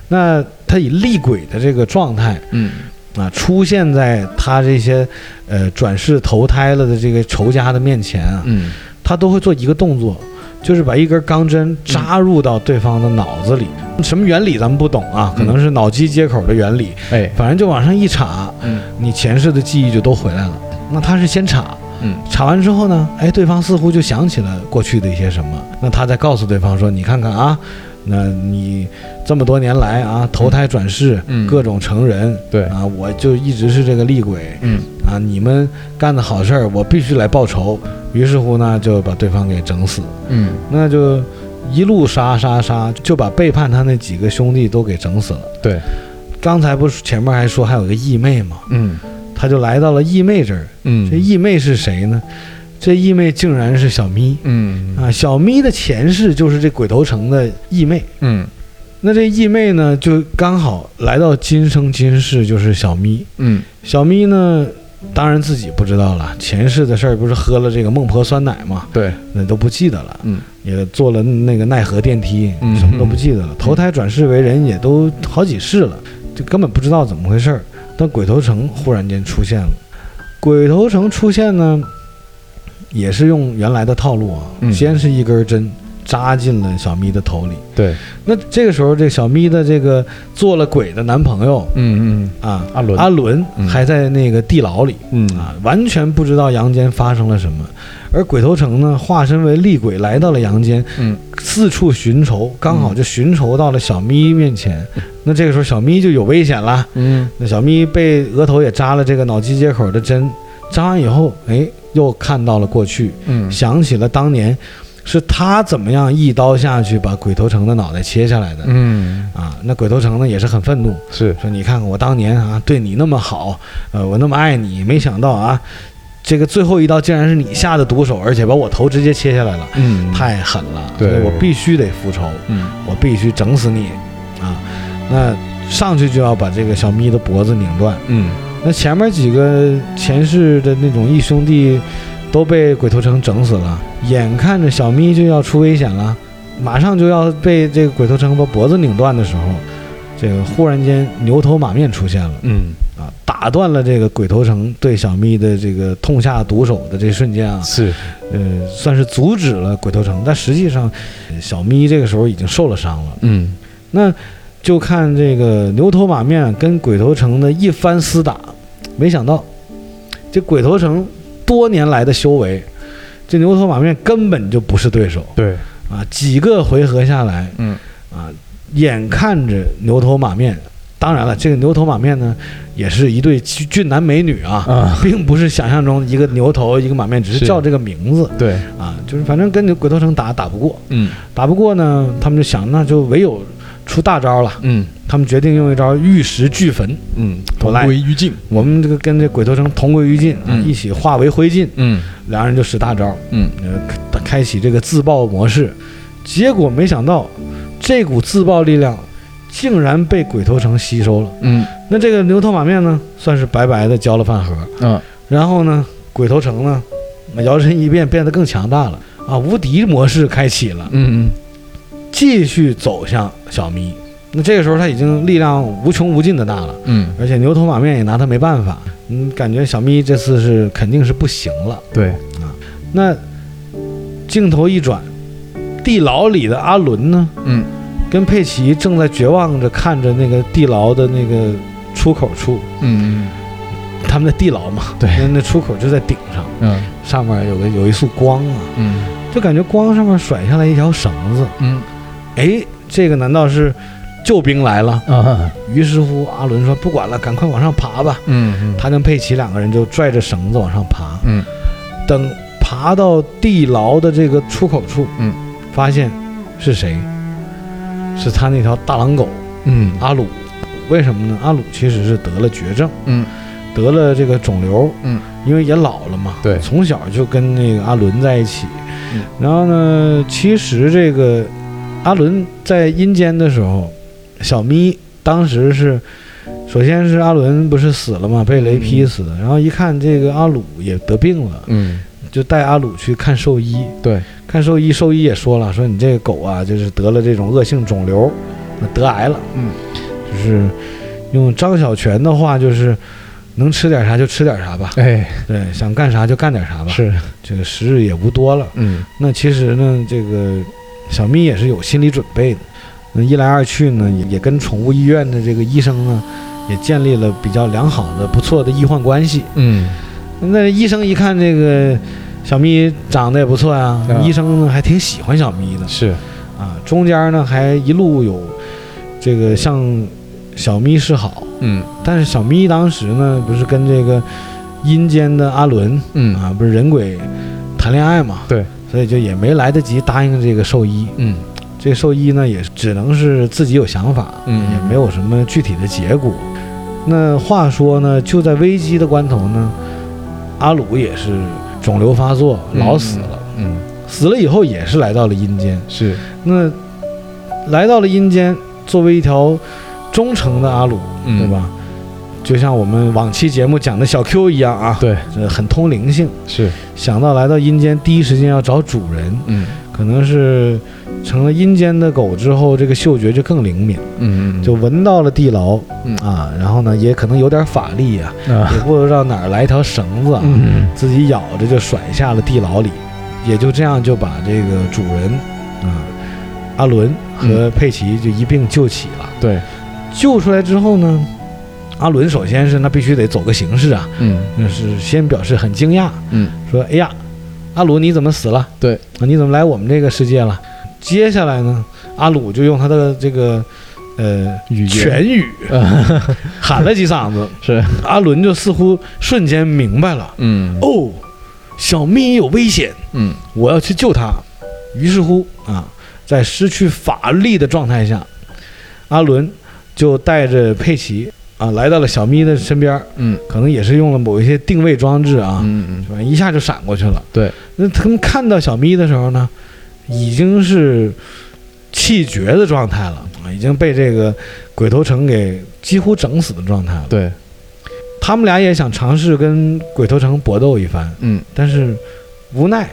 Speaker 1: 那他以厉鬼的这个状态。
Speaker 2: 嗯
Speaker 1: 啊，出现在他这些呃转世投胎了的这个仇家的面前啊，
Speaker 2: 嗯
Speaker 1: 他都会做一个动作，就是把一根钢针扎入到对方的脑子里。什么原理咱们不懂啊，可能是脑机接口的原理，
Speaker 2: 哎，
Speaker 1: 反正就往上一插，
Speaker 2: 嗯
Speaker 1: 你前世的记忆就都回来了。那他是先插，
Speaker 2: 嗯
Speaker 1: 插完之后呢，哎，对方似乎就想起了过去的一些什么，那他再告诉对方说：“你看看啊，那你这么多年来啊，投胎转世，
Speaker 2: 嗯
Speaker 1: 各种成人，
Speaker 2: 对
Speaker 1: 啊，我就一直是这个厉鬼
Speaker 2: 嗯
Speaker 1: 啊，你们干的好事儿，我必须来报仇。”于是乎呢，就把对方给整死，
Speaker 2: 嗯，
Speaker 1: 那就一路杀杀杀，就把背叛他那几个兄弟都给整死了。
Speaker 2: 对，
Speaker 1: 刚才不是前面还说还有个义妹吗？
Speaker 2: 嗯
Speaker 1: 他就来到了义妹这儿，
Speaker 2: 嗯
Speaker 1: 这义妹是谁呢？这义妹竟然是小咪
Speaker 2: 嗯
Speaker 1: 啊！小咪的前世就是这鬼头城的义妹。
Speaker 2: 嗯
Speaker 1: 那这义妹呢，就刚好来到今生今世就是小咪。
Speaker 2: 嗯
Speaker 1: 小咪呢，当然自己不知道了，前世的事儿不是喝了这个孟婆酸奶嘛，
Speaker 2: 对，
Speaker 1: 那都不记得了，
Speaker 2: 嗯
Speaker 1: 也坐了那个奈何电梯，
Speaker 2: 嗯
Speaker 1: 什么都不记得了。投胎转世为人也都好几世了，就根本不知道怎么回事儿。但鬼头城忽然间出现了，鬼头城出现呢，也是用原来的套路啊，
Speaker 2: 嗯
Speaker 1: 先是一根针扎进了小咪的头里。
Speaker 2: 对，
Speaker 1: 那这个时候，这小咪的这个做了鬼的男朋友
Speaker 2: 嗯嗯
Speaker 1: 啊，
Speaker 2: 阿伦
Speaker 1: 阿伦
Speaker 2: 嗯
Speaker 1: 还在那个地牢里。
Speaker 2: 嗯
Speaker 1: 啊，完全不知道阳间发生了什么。而鬼头城呢，化身为厉鬼来到了阳间，
Speaker 2: 嗯
Speaker 1: 四处寻仇，刚好就寻仇到了小咪面 前。那这个时候，小咪就有危险了。
Speaker 2: 嗯
Speaker 1: 那小咪被额头也扎了这个脑机接口的针，扎完以后，哎，又看到了过去，
Speaker 2: 嗯
Speaker 1: 想起了当年是他怎么样一刀下去把鬼头城的脑袋切下来的。
Speaker 2: 嗯
Speaker 1: 啊，那鬼头城呢也是很愤怒，
Speaker 2: 是，
Speaker 1: 说你看看我当年啊对你那么好，呃我那么爱你，没想到啊，这个最后一刀竟然是你下的毒手，而且把我头直接切下来了，
Speaker 2: 嗯
Speaker 1: 太狠了，
Speaker 2: 对
Speaker 1: 所以我必须得复仇，
Speaker 2: 嗯
Speaker 1: 我必须整死你，啊，那上去就要把这个小咪的脖子拧断。
Speaker 2: 嗯
Speaker 1: 那前面几个前世的那种义兄弟都被鬼头城整死了，眼看着小咪就要出危险了，马上就要被这个鬼头城把脖子拧断的时候，这个忽然间牛头马面出现了
Speaker 2: 嗯
Speaker 1: 啊，打断了这个鬼头城对小咪的这个痛下毒手的这瞬间啊，
Speaker 2: 是，
Speaker 1: 呃，算是阻止了鬼头城，但实际上呃小咪这个时候已经受了伤了。
Speaker 2: 嗯
Speaker 1: 那就看这个牛头马面跟鬼头城的一番厮打，没想到这鬼头城多年来的修为，这牛头马面根本就不是对手
Speaker 2: 对，
Speaker 1: 啊！几个回合下来，
Speaker 2: 嗯
Speaker 1: 啊，眼看着牛头马面。当然了，这个牛头马面呢，也是一对俊俊男美女啊，
Speaker 2: 啊
Speaker 1: 并不是想象中一个牛头一个马面，只是
Speaker 2: 是
Speaker 1: 叫这个名字
Speaker 2: 对，
Speaker 1: 啊，就是反正跟鬼头城打打不过，
Speaker 2: 嗯
Speaker 1: 打不过呢，他们就想那就唯有出大招了，
Speaker 2: 嗯
Speaker 1: 他们决定用一招玉石俱焚，
Speaker 2: 嗯，
Speaker 1: 我
Speaker 2: 同
Speaker 1: 来
Speaker 2: 归于尽。
Speaker 1: 我们这个跟这鬼头城同归于尽啊，
Speaker 2: 嗯
Speaker 1: 一起化为灰烬，
Speaker 2: 嗯
Speaker 1: 两人就使大招，
Speaker 2: 嗯，
Speaker 1: 呃，开开启这个自爆模式，结果没想到这股自爆力量竟然被鬼头城吸收了。
Speaker 2: 嗯
Speaker 1: 那这个牛头马面呢，算是白白的交了饭盒。
Speaker 2: 啊，
Speaker 1: 然后呢，鬼头城呢，摇身一变变得更强大了啊，无敌模式开启了，
Speaker 2: 嗯嗯
Speaker 1: 继续走向小咪。那这个时候他已经力量无穷无尽的大了，
Speaker 2: 嗯，
Speaker 1: 而且牛头马面也拿他没办法。嗯，感觉小咪这次是肯定是不行了。
Speaker 2: 对，
Speaker 1: 那镜头一转，地牢里的阿伦呢？
Speaker 2: 嗯，
Speaker 1: 跟佩奇正在绝望着看着那个地牢的那个出口处，
Speaker 2: 嗯
Speaker 1: 他们的地牢嘛，
Speaker 2: 对
Speaker 1: 那那出口就在顶上，
Speaker 2: 嗯
Speaker 1: 上面有个有一束光啊，
Speaker 2: 嗯
Speaker 1: 就感觉光上面甩下来一条绳子，
Speaker 2: 嗯
Speaker 1: 哎，这个难道是救兵来了？
Speaker 2: 嗯啊，
Speaker 1: 于是乎，阿伦说不管了，赶快往上爬吧。
Speaker 2: 嗯
Speaker 1: 他跟佩奇两个人就拽着绳子往上爬，
Speaker 2: 嗯
Speaker 1: 等爬到地牢的这个出口处，
Speaker 2: 嗯，
Speaker 1: 发现是谁？是他那条大狼狗
Speaker 2: 嗯
Speaker 1: 阿鲁。为什么呢？阿鲁其实是得了绝症，
Speaker 2: 嗯，
Speaker 1: 得了这个肿瘤，
Speaker 2: 嗯，
Speaker 1: 因为也老了嘛，
Speaker 2: 对
Speaker 1: 从小就跟那个阿伦在一起。
Speaker 2: 嗯
Speaker 1: 然后呢，其实这个阿伦在阴间的时候，小咪当时是。首先是阿伦不是死了嘛，被雷劈死的。然后一看这个阿鲁也得病了，
Speaker 2: 嗯，
Speaker 1: 就带阿鲁去看兽医。
Speaker 2: 对，
Speaker 1: 看兽医，兽医也说了，说你这个狗啊，就是得了这种恶性肿瘤，那得癌了。
Speaker 2: 嗯，
Speaker 1: 就是用张小泉的话，就是能吃点啥就吃点啥吧，
Speaker 2: 哎，
Speaker 1: 对，想干啥就干点啥吧。，
Speaker 2: 是，
Speaker 1: 这个时日也无多了。
Speaker 2: 嗯
Speaker 1: 那其实呢，这个小咪也是有心理准备的。那一来二去呢，也也跟宠物医院的这个医生呢，也建立了比较良好的、不错的医患关系。
Speaker 2: 嗯
Speaker 1: 那医生一看这个小咪长得也不错呀、
Speaker 2: 啊
Speaker 1: 医生呢还挺喜欢小咪的
Speaker 2: 是，
Speaker 1: 啊。中间呢还一路有这个向小咪示好，
Speaker 2: 嗯
Speaker 1: 但是小咪当时呢不是跟这个阴间的阿伦
Speaker 2: 嗯
Speaker 1: 啊，不是人鬼谈恋爱嘛？
Speaker 2: 对，
Speaker 1: 所以就也没来得及答应这个兽医。
Speaker 2: 嗯
Speaker 1: 这个兽医呢也只能是自己有想法，
Speaker 2: 嗯
Speaker 1: 也没有什么具体的结果。那话说呢，就在危机的关头呢，阿鲁也是肿瘤发作，老死了。
Speaker 2: 嗯
Speaker 1: 死了以后也是来到了阴间。
Speaker 2: 是，
Speaker 1: 那来到了阴间，作为一条忠诚的阿鲁，
Speaker 2: 嗯
Speaker 1: 对吧？就像我们往期节目讲的小 Q 一样啊，
Speaker 2: 对，
Speaker 1: 这很通灵性。
Speaker 2: 是，
Speaker 1: 想到来到阴间，第一时间要找主人，
Speaker 2: 嗯
Speaker 1: 可能是成了阴间的狗之后，这个嗅觉就更灵敏，
Speaker 2: 嗯嗯
Speaker 1: 就闻到了地牢，
Speaker 2: 嗯
Speaker 1: 啊，然后呢，也可能有点法力啊，
Speaker 2: 啊，
Speaker 1: 也不知道哪儿来一条绳子啊，
Speaker 2: 嗯
Speaker 1: 自己咬着就甩下了地牢里，也就这样就把这个主人啊阿伦和
Speaker 2: 嗯
Speaker 1: 佩奇就一并救起了。
Speaker 2: 对，
Speaker 1: 救出来之后呢，阿伦首先是那必须得走个形式啊，
Speaker 2: 嗯
Speaker 1: 那是先表示很惊讶，
Speaker 2: 嗯
Speaker 1: 说：“哎呀，阿鲁你怎么死了？
Speaker 2: 对
Speaker 1: 啊，你怎么来我们这个世界了？”接下来呢，阿鲁就用他的这个呃
Speaker 2: 语言
Speaker 1: 全语
Speaker 2: 啊
Speaker 1: 喊了几嗓子，
Speaker 2: 是，
Speaker 1: 阿伦就似乎瞬间明白了，
Speaker 2: 嗯
Speaker 1: 哦，小咪有危险，
Speaker 2: 嗯
Speaker 1: 我要去救他。于是乎啊，在失去法力的状态下，阿伦就带着佩奇啊来到了小咪的身边儿，
Speaker 2: 嗯
Speaker 1: 可能也是用了某一些定位装置啊，
Speaker 2: 嗯
Speaker 1: 反正一下就闪过去了。
Speaker 2: 对，
Speaker 1: 那他们看到小咪的时候呢，已经是气绝的状态了，啊已经被这个鬼头城给几乎整死的状态了。
Speaker 2: 对，
Speaker 1: 他们俩也想尝试跟鬼头城搏斗一番，
Speaker 2: 嗯
Speaker 1: 但是无奈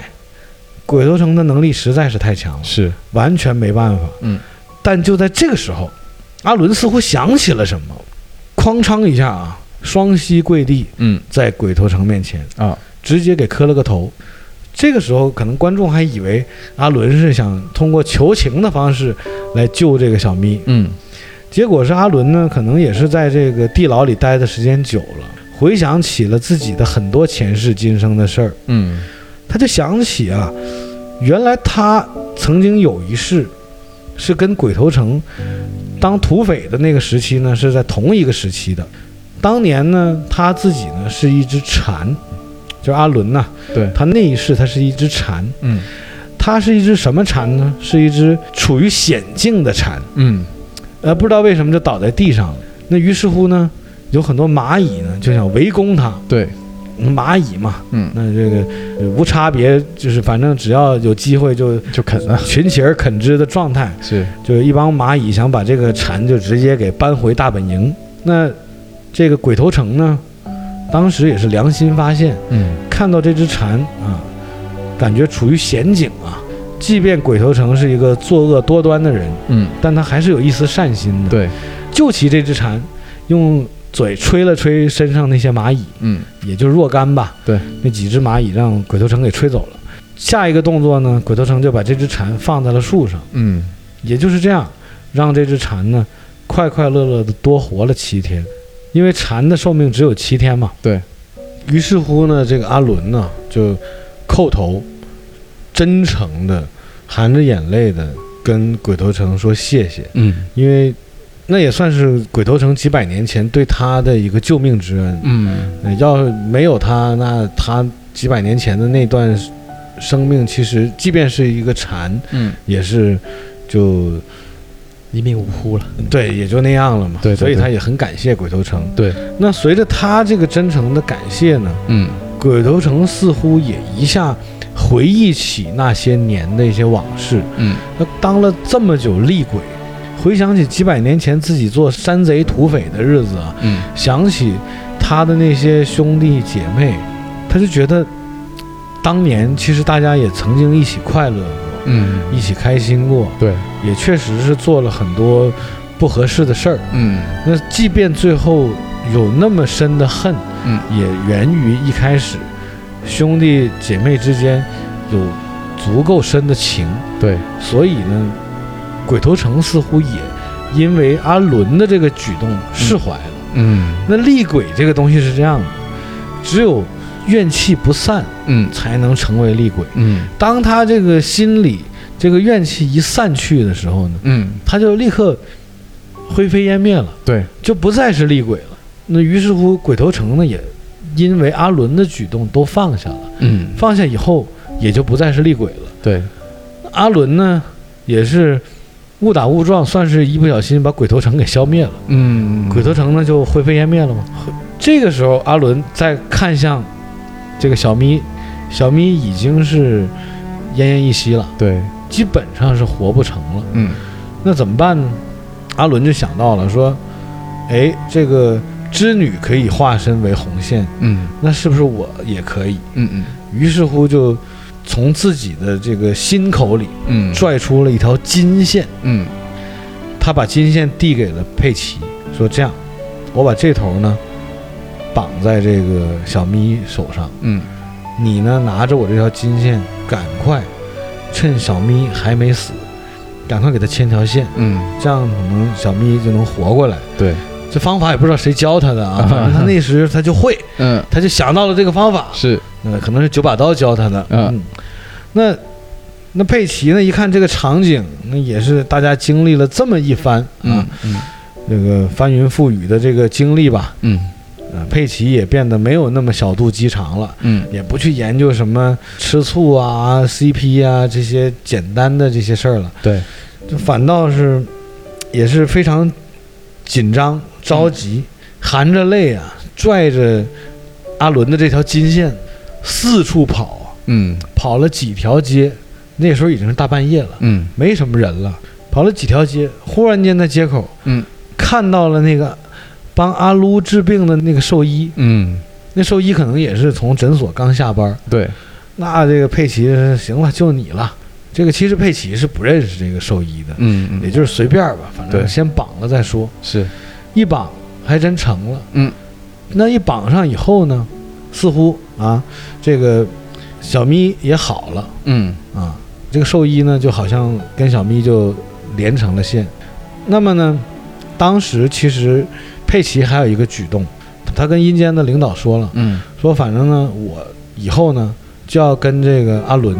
Speaker 1: 鬼头城的能力实在是太强了，
Speaker 2: 是，
Speaker 1: 完全没办法。
Speaker 2: 嗯，
Speaker 1: 但就在这个时候，阿伦似乎想起了什么，哐嚓一下啊，双膝跪地，
Speaker 2: 嗯
Speaker 1: 在鬼头城面前。
Speaker 2: 啊，
Speaker 1: 直接给磕了个头。这个时候，可能观众还以为阿伦是想通过求情的方式来救这个小咪，
Speaker 2: 嗯
Speaker 1: 结果是阿伦呢，可能也是在这个地牢里待的时间久了，回想起了自己的很多前世今生的事儿，
Speaker 2: 嗯
Speaker 1: 他就想起啊，原来他曾经有一世是跟鬼头城当土匪的那个时期呢，是在同一个时期的。当年呢，他自己呢是一只蝉，就是阿伦呐、
Speaker 2: 对，
Speaker 1: 他那一世他是一只蝉，
Speaker 2: 嗯
Speaker 1: 他是一只什么蝉呢？是一只处于险境的蝉，
Speaker 2: 嗯
Speaker 1: 呃，不知道为什么就倒在地上了。那于是乎呢，有很多蚂蚁呢就想围攻他，
Speaker 2: 对，
Speaker 1: 蚂蚁嘛，
Speaker 2: 嗯
Speaker 1: 那这个呃无差别，就是反正只要有机会就
Speaker 2: 就啃了，
Speaker 1: 群起而啃之的状态，
Speaker 2: 是
Speaker 1: 就是一帮蚂蚁想把这个蝉就直接给搬回大本营。那这个鬼头城呢，当时也是良心发现，
Speaker 2: 嗯
Speaker 1: 看到这只蝉啊，感觉处于险境啊。即便鬼头城是一个作恶多端的人，
Speaker 2: 嗯
Speaker 1: 但他还是有一丝善心的。
Speaker 2: 对，
Speaker 1: 救起这只蝉，用嘴吹了吹身上那些蚂蚁，
Speaker 2: 嗯
Speaker 1: 也就是若干吧。
Speaker 2: 对，
Speaker 1: 那几只蚂蚁让鬼头城给吹走了。下一个动作呢，鬼头城就把这只蝉放在了树上，
Speaker 2: 嗯
Speaker 1: 也就是这样，让这只蝉呢快快乐乐的多活了七天，因为蝉的寿命只有七天嘛。
Speaker 2: 对。
Speaker 1: 于是乎呢，这个阿伦呢就叩头，真诚的，含着眼泪的跟鬼头城说谢谢。
Speaker 3: 嗯
Speaker 1: 因为那也算是鬼头城几百年前对他的一个救命之恩。
Speaker 3: 嗯
Speaker 1: 呃要是没有他，那他几百年前的那段生命，其实即便是一个蝉，
Speaker 3: 嗯，
Speaker 1: 也是就
Speaker 3: 一命呜呼了。
Speaker 1: 对，也就那样了嘛。
Speaker 2: 对对
Speaker 1: 所以
Speaker 2: 对
Speaker 1: 他也很感谢鬼头城。
Speaker 3: 对，
Speaker 1: 那随着他这个真诚的感谢呢，
Speaker 3: 嗯
Speaker 1: 鬼头城似乎也一下回忆起那些年的一些往事。
Speaker 3: 嗯
Speaker 1: 他当了这么久厉鬼，回想起几百年前自己做山贼土匪的日子啊，
Speaker 3: 嗯
Speaker 1: 想起他的那些兄弟姐妹，他就觉得，当年其实大家也曾经一起快乐过，
Speaker 3: 嗯
Speaker 1: 一起开心过，
Speaker 2: 对，
Speaker 1: 也确实是做了很多不合适的事儿。
Speaker 3: 嗯
Speaker 1: 那即便最后有那么深的恨，
Speaker 3: 嗯，
Speaker 1: 也源于一开始兄弟姐妹之间有足够深的情。
Speaker 2: 对，
Speaker 1: 所以呢，鬼头城似乎也因为阿伦的这个举动释怀了。
Speaker 3: 嗯
Speaker 1: 那厉鬼这个东西是这样的，只有怨气不散，
Speaker 3: 嗯
Speaker 1: 才能成为厉鬼。
Speaker 3: 嗯
Speaker 1: 当他这个心里这个怨气一散去的时候呢，
Speaker 3: 嗯
Speaker 1: 他就立刻灰飞烟灭了，
Speaker 2: 对，
Speaker 1: 就不再是厉鬼了。那于是乎，鬼头城呢也因为阿伦的举动都放下了，
Speaker 3: 嗯
Speaker 1: 放下以后也就不再是厉鬼了。
Speaker 2: 对，
Speaker 1: 阿伦呢，也是误打误撞，算是一不小心把鬼头城给消灭了。
Speaker 3: 嗯
Speaker 1: 鬼头城呢就灰飞烟灭了嘛。这个时候，阿伦再看向这个小咪，小咪已经是奄奄一息了，
Speaker 2: 对，
Speaker 1: 基本上是活不成了。
Speaker 3: 嗯
Speaker 1: 那怎么办呢？阿伦就想到了，说：“哎，这个织女可以化身为红线，
Speaker 3: 嗯
Speaker 1: 那是不是我也可以
Speaker 3: 嗯？”
Speaker 1: 于是乎就从自己的这个心口里
Speaker 3: 嗯
Speaker 1: 拽出了一条金线。
Speaker 3: 嗯
Speaker 1: 他把金线递给了佩奇，说：“这样，我把这头呢绑在这个小咪手上，
Speaker 3: 嗯
Speaker 1: 你呢拿着我这条金线，赶快趁小咪还没死，赶快给它牵条线，
Speaker 3: 嗯
Speaker 1: 这样可能小咪就能活过来。
Speaker 2: 对，
Speaker 1: 这方法也不知道谁教他的 啊，反正他那时他就会，
Speaker 3: 嗯
Speaker 1: 他就想到了这个方法，
Speaker 3: 是
Speaker 1: 呃，可能是九把刀教他的。
Speaker 3: 嗯
Speaker 1: 嗯，那那佩奇呢？一看这个场景，那也是大家经历了这么一番啊
Speaker 3: 嗯，嗯
Speaker 1: 这个翻云覆雨的这个经历吧，
Speaker 3: 嗯
Speaker 1: 呃，佩奇也变得没有那么小肚鸡肠了，
Speaker 3: 嗯
Speaker 1: 也不去研究什么吃醋啊、CP 啊这些简单的这些事儿了，
Speaker 3: 嗯
Speaker 2: 对，
Speaker 1: 就反倒是也是非常紧张、着急，含着泪啊，拽着阿伦的这条金线四处跑，
Speaker 3: 嗯
Speaker 1: 跑了几条街，那时候已经是大半夜了。
Speaker 3: 嗯
Speaker 1: 没什么人了，跑了几条街，忽然间在街口，
Speaker 3: 嗯，
Speaker 1: 看到了那个帮阿撸治病的那个兽医，
Speaker 3: 嗯
Speaker 1: 那兽医可能也是从诊所刚下班，
Speaker 2: 对，
Speaker 1: 那这个佩奇是行了，就你了。这个其实佩奇是不认识这个兽医的，
Speaker 3: 嗯
Speaker 1: 也就是随便吧，反正
Speaker 2: 对
Speaker 1: 先绑了再说。
Speaker 2: 是，
Speaker 1: 一绑还真成了，
Speaker 3: 嗯，
Speaker 1: 那一绑上以后呢，似乎啊，这个小咪也好了。
Speaker 3: 嗯
Speaker 1: 啊，这个兽医呢，就好像跟小咪就连成了线。那么呢，当时其实佩奇还有一个举动，他跟阴间的领导说了，
Speaker 3: 嗯
Speaker 1: 说反正呢，我以后呢就要跟这个阿伦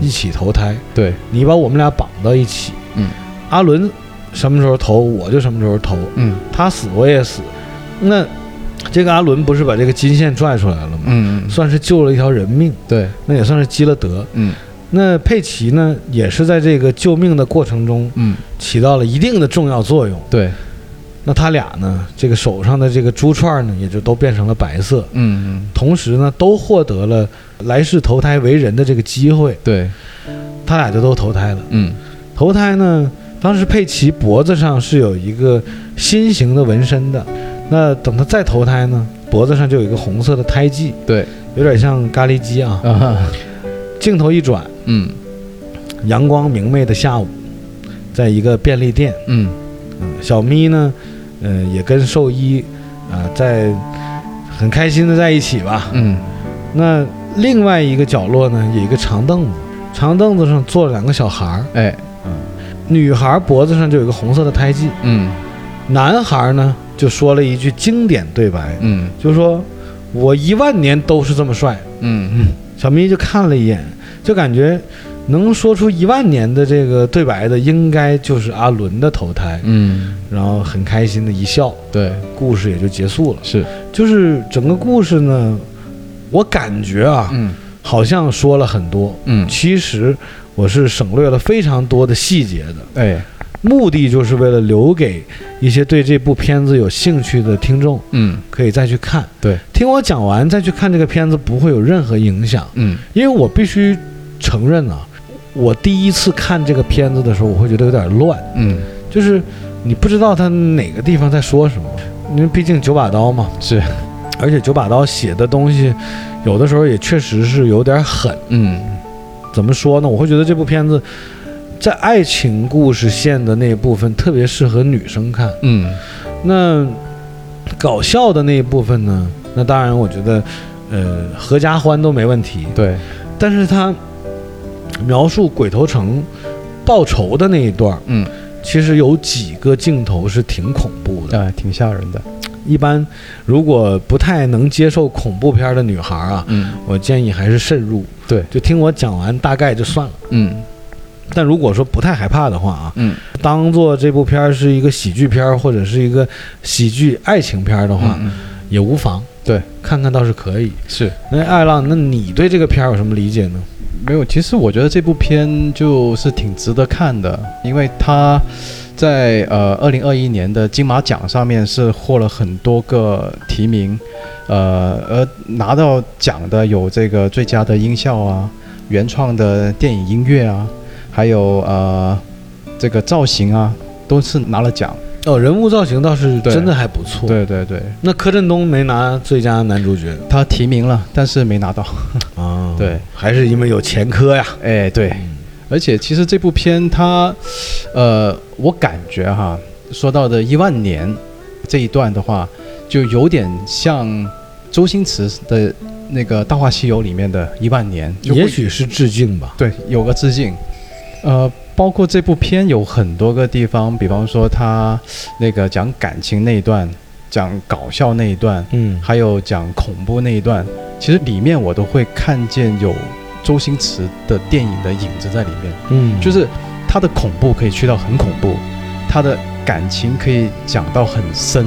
Speaker 1: 一
Speaker 2: 嗯，
Speaker 1: 起投胎，
Speaker 2: 对，
Speaker 1: 你把我们俩绑到一起，
Speaker 2: 嗯，
Speaker 1: 阿伦什么时候投我就什么时候投，
Speaker 2: 嗯
Speaker 1: 他死我也死。那这个阿伦不是把这个金线拽出来了吗？
Speaker 2: 嗯，
Speaker 1: 算是救了一条人命，
Speaker 2: 对，
Speaker 1: 那也算是积了德。
Speaker 2: 嗯
Speaker 1: 那佩奇呢，也是在这个救命的过程中
Speaker 2: 嗯，
Speaker 1: 起到了一定的重要作用。
Speaker 2: 对，
Speaker 1: 那他俩呢，这个手上的这个珠串呢，也就都变成了白色，
Speaker 2: 嗯嗯，
Speaker 1: 同时呢，都获得了来世投胎为人的这个机会，
Speaker 2: 对，
Speaker 1: 他俩就都投胎了。
Speaker 2: 嗯
Speaker 1: 投胎呢，当时佩奇脖子上是有一个心形的纹身的，那等他再投胎呢，脖子上就有一个红色的胎记，
Speaker 2: 对，
Speaker 1: 有点像咖喱鸡啊。
Speaker 2: 啊，
Speaker 1: 镜头一转，
Speaker 2: 嗯
Speaker 1: 阳光明媚的下午，在一个便利店，
Speaker 2: 嗯
Speaker 1: 嗯小咪呢，嗯、也跟兽医啊、在很开心的在一起吧。
Speaker 2: 嗯
Speaker 1: 那另外一个角落呢，有一个长凳子，长凳子上坐了两个小孩儿，
Speaker 2: 哎，
Speaker 1: 女孩儿脖子上就有一个红色的胎记，
Speaker 2: 嗯
Speaker 1: 男孩儿呢就说了一句经典对白，
Speaker 2: 嗯
Speaker 1: 就说：“我一万年都是这么帅。
Speaker 2: 嗯”
Speaker 1: 小咪就看了一眼，就感觉能说出一万年的这个对白的，应该就是阿伦的投胎。
Speaker 2: 嗯，
Speaker 1: 然后很开心的一笑，
Speaker 2: 对，
Speaker 1: 故事也就结束了。
Speaker 2: 是，
Speaker 1: 就是整个故事呢，我感觉啊，
Speaker 2: 嗯
Speaker 1: 好像说了很多，
Speaker 2: 嗯，
Speaker 1: 其实我是省略了非常多的细节的，
Speaker 2: 哎，
Speaker 1: 目的就是为了留给一些对这部片子有兴趣的听众
Speaker 2: 嗯
Speaker 1: 可以再去看。
Speaker 2: 对，
Speaker 1: 听我讲完再去看这个片子不会有任何影响，
Speaker 2: 嗯
Speaker 1: 因为我必须承认啊，我第一次看这个片子的时候，我会觉得有点乱，
Speaker 2: 嗯，
Speaker 1: 就是你不知道他哪个地方在说什么，因为毕竟九把刀嘛，
Speaker 2: 是，
Speaker 1: 而且九把刀写的东西有的时候也确实是有点狠。
Speaker 2: 嗯
Speaker 1: 怎么说呢？我会觉得这部片子在爱情故事线的那一部分特别适合女生看。
Speaker 2: 嗯
Speaker 1: 那搞笑的那一部分呢？那当然，我觉得呃合家欢都没问题。
Speaker 2: 对，
Speaker 1: 但是他描述鬼头城报仇的那一段，
Speaker 2: 嗯，
Speaker 1: 其实有几个镜头是挺恐怖的。
Speaker 2: 哎，挺吓人的，
Speaker 1: 一般如果不太能接受恐怖片的女孩啊，
Speaker 2: 嗯
Speaker 1: 我建议还是慎入。
Speaker 2: 对
Speaker 1: 就听我讲完大概就算了。
Speaker 2: 嗯
Speaker 1: 但如果说不太害怕的话啊，
Speaker 2: 嗯，
Speaker 1: 当做这部片儿是一个喜剧片儿或者是一个喜剧爱情片儿的话，也无妨。
Speaker 2: 对，
Speaker 1: 看看倒是可以。
Speaker 2: 是。
Speaker 1: 那艾浪，那你对这个片儿有什么理解呢？
Speaker 2: 没有，其实我觉得这部片就是挺值得看的，因为它在呃二零二一年的金马奖上面是获了很多个提名，呃，而拿到奖的有这个最佳的音效啊、原创的电影音乐啊，还有呃这个造型啊，都是拿了奖。
Speaker 1: 哦，人物造型倒是
Speaker 2: 对
Speaker 1: 真的还不错。，
Speaker 2: 对对对，
Speaker 1: 那柯震东没拿最佳男主角
Speaker 2: 他提名了，但是没拿到。
Speaker 1: 啊嗯
Speaker 2: 对，
Speaker 1: 还是因为有前科呀。
Speaker 2: 哎，对，而且其实这部片它，呃，我感觉哈，说到的一万年这一段的话，就有点像周星驰的那个《大话西游》里面的一万年，就会
Speaker 1: 也许是致敬吧。
Speaker 2: 对有个致敬，呃。包括这部片有很多个地方，比方说他那个讲感情那一段，讲搞笑那一段，
Speaker 1: 嗯，
Speaker 2: 还有讲恐怖那一段，其实里面我都会看见有周星驰的电影的影子在里面，
Speaker 1: 嗯，
Speaker 2: 就是他的恐怖可以去到很恐怖，他的感情可以讲到很深。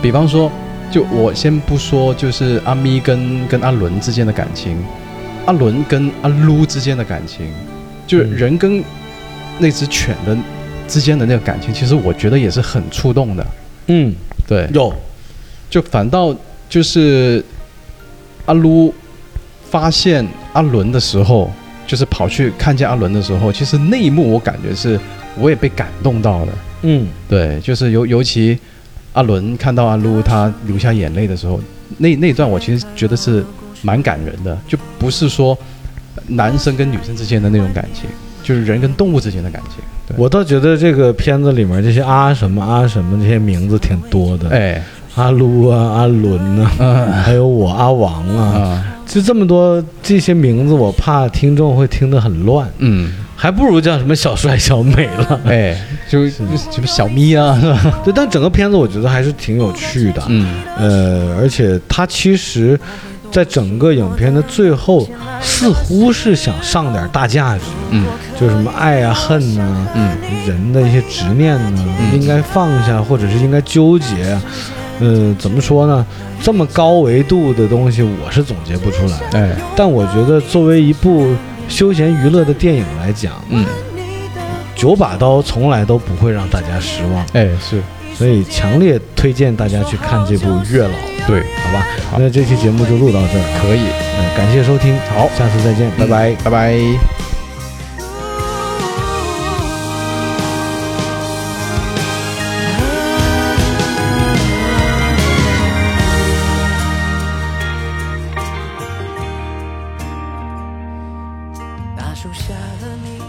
Speaker 2: 比方说，就我先不说，就是阿咪跟跟阿伦之间的感情，阿伦跟阿撸之间的感情，就是
Speaker 1: 嗯
Speaker 2: 人跟那只犬的之间的那个感情，其实我觉得也是很触动的。
Speaker 1: 嗯，
Speaker 2: 对，
Speaker 1: 有
Speaker 2: 就反倒就是阿撸发现阿伦的时候，就是跑去看见阿伦的时候，其实那一幕我感觉是我也被感动到了。
Speaker 1: 嗯
Speaker 2: 对，就是尤尤其阿伦看到阿撸他流下眼泪的时候，那那段我其实觉得是蛮感人的，就不是说男生跟女生之间的那种感情，就是人跟动物之间的感情。对，
Speaker 1: 我倒觉得这个片子里面这些啊什么啊什么这些名字挺多的，
Speaker 2: 哎，
Speaker 1: 阿撸啊，阿伦呐、
Speaker 2: 嗯
Speaker 1: 还有我阿王啊，
Speaker 2: 啊，
Speaker 1: 就这么多这些名字，我怕听众会听得很乱，
Speaker 2: 嗯，
Speaker 1: 还不如叫什么小帅、小美 了。
Speaker 2: 哎，就就什么小咪啊，是吧？
Speaker 1: 嗯对，但整个片子我觉得还是挺有趣的，
Speaker 2: 嗯。
Speaker 1: 呃，而且它其实在整个影片的最后，似乎是想上点大价值，
Speaker 2: 嗯
Speaker 1: 就是什么爱啊、恨呐、
Speaker 2: 嗯
Speaker 1: 人的一些执念呢，
Speaker 2: 嗯
Speaker 1: 应该放下，或者是应该纠结啊。呃，怎么说呢？这么高维度的东西，我是总结不出来。
Speaker 2: 哎
Speaker 1: 但我觉得，作为一部休闲娱乐的电影来讲，
Speaker 2: 嗯
Speaker 1: 九把刀从来都不会让大家失望，
Speaker 2: 哎是
Speaker 1: 所以强烈推荐大家去看这部《月老》，
Speaker 2: 对，
Speaker 1: 好吧？
Speaker 2: 好
Speaker 1: 那这期节目就录到这儿啊，
Speaker 2: 可以，
Speaker 1: 呃感谢收听，好，下次再见，拜拜。
Speaker 2: 拜拜。
Speaker 4: 大树下的你，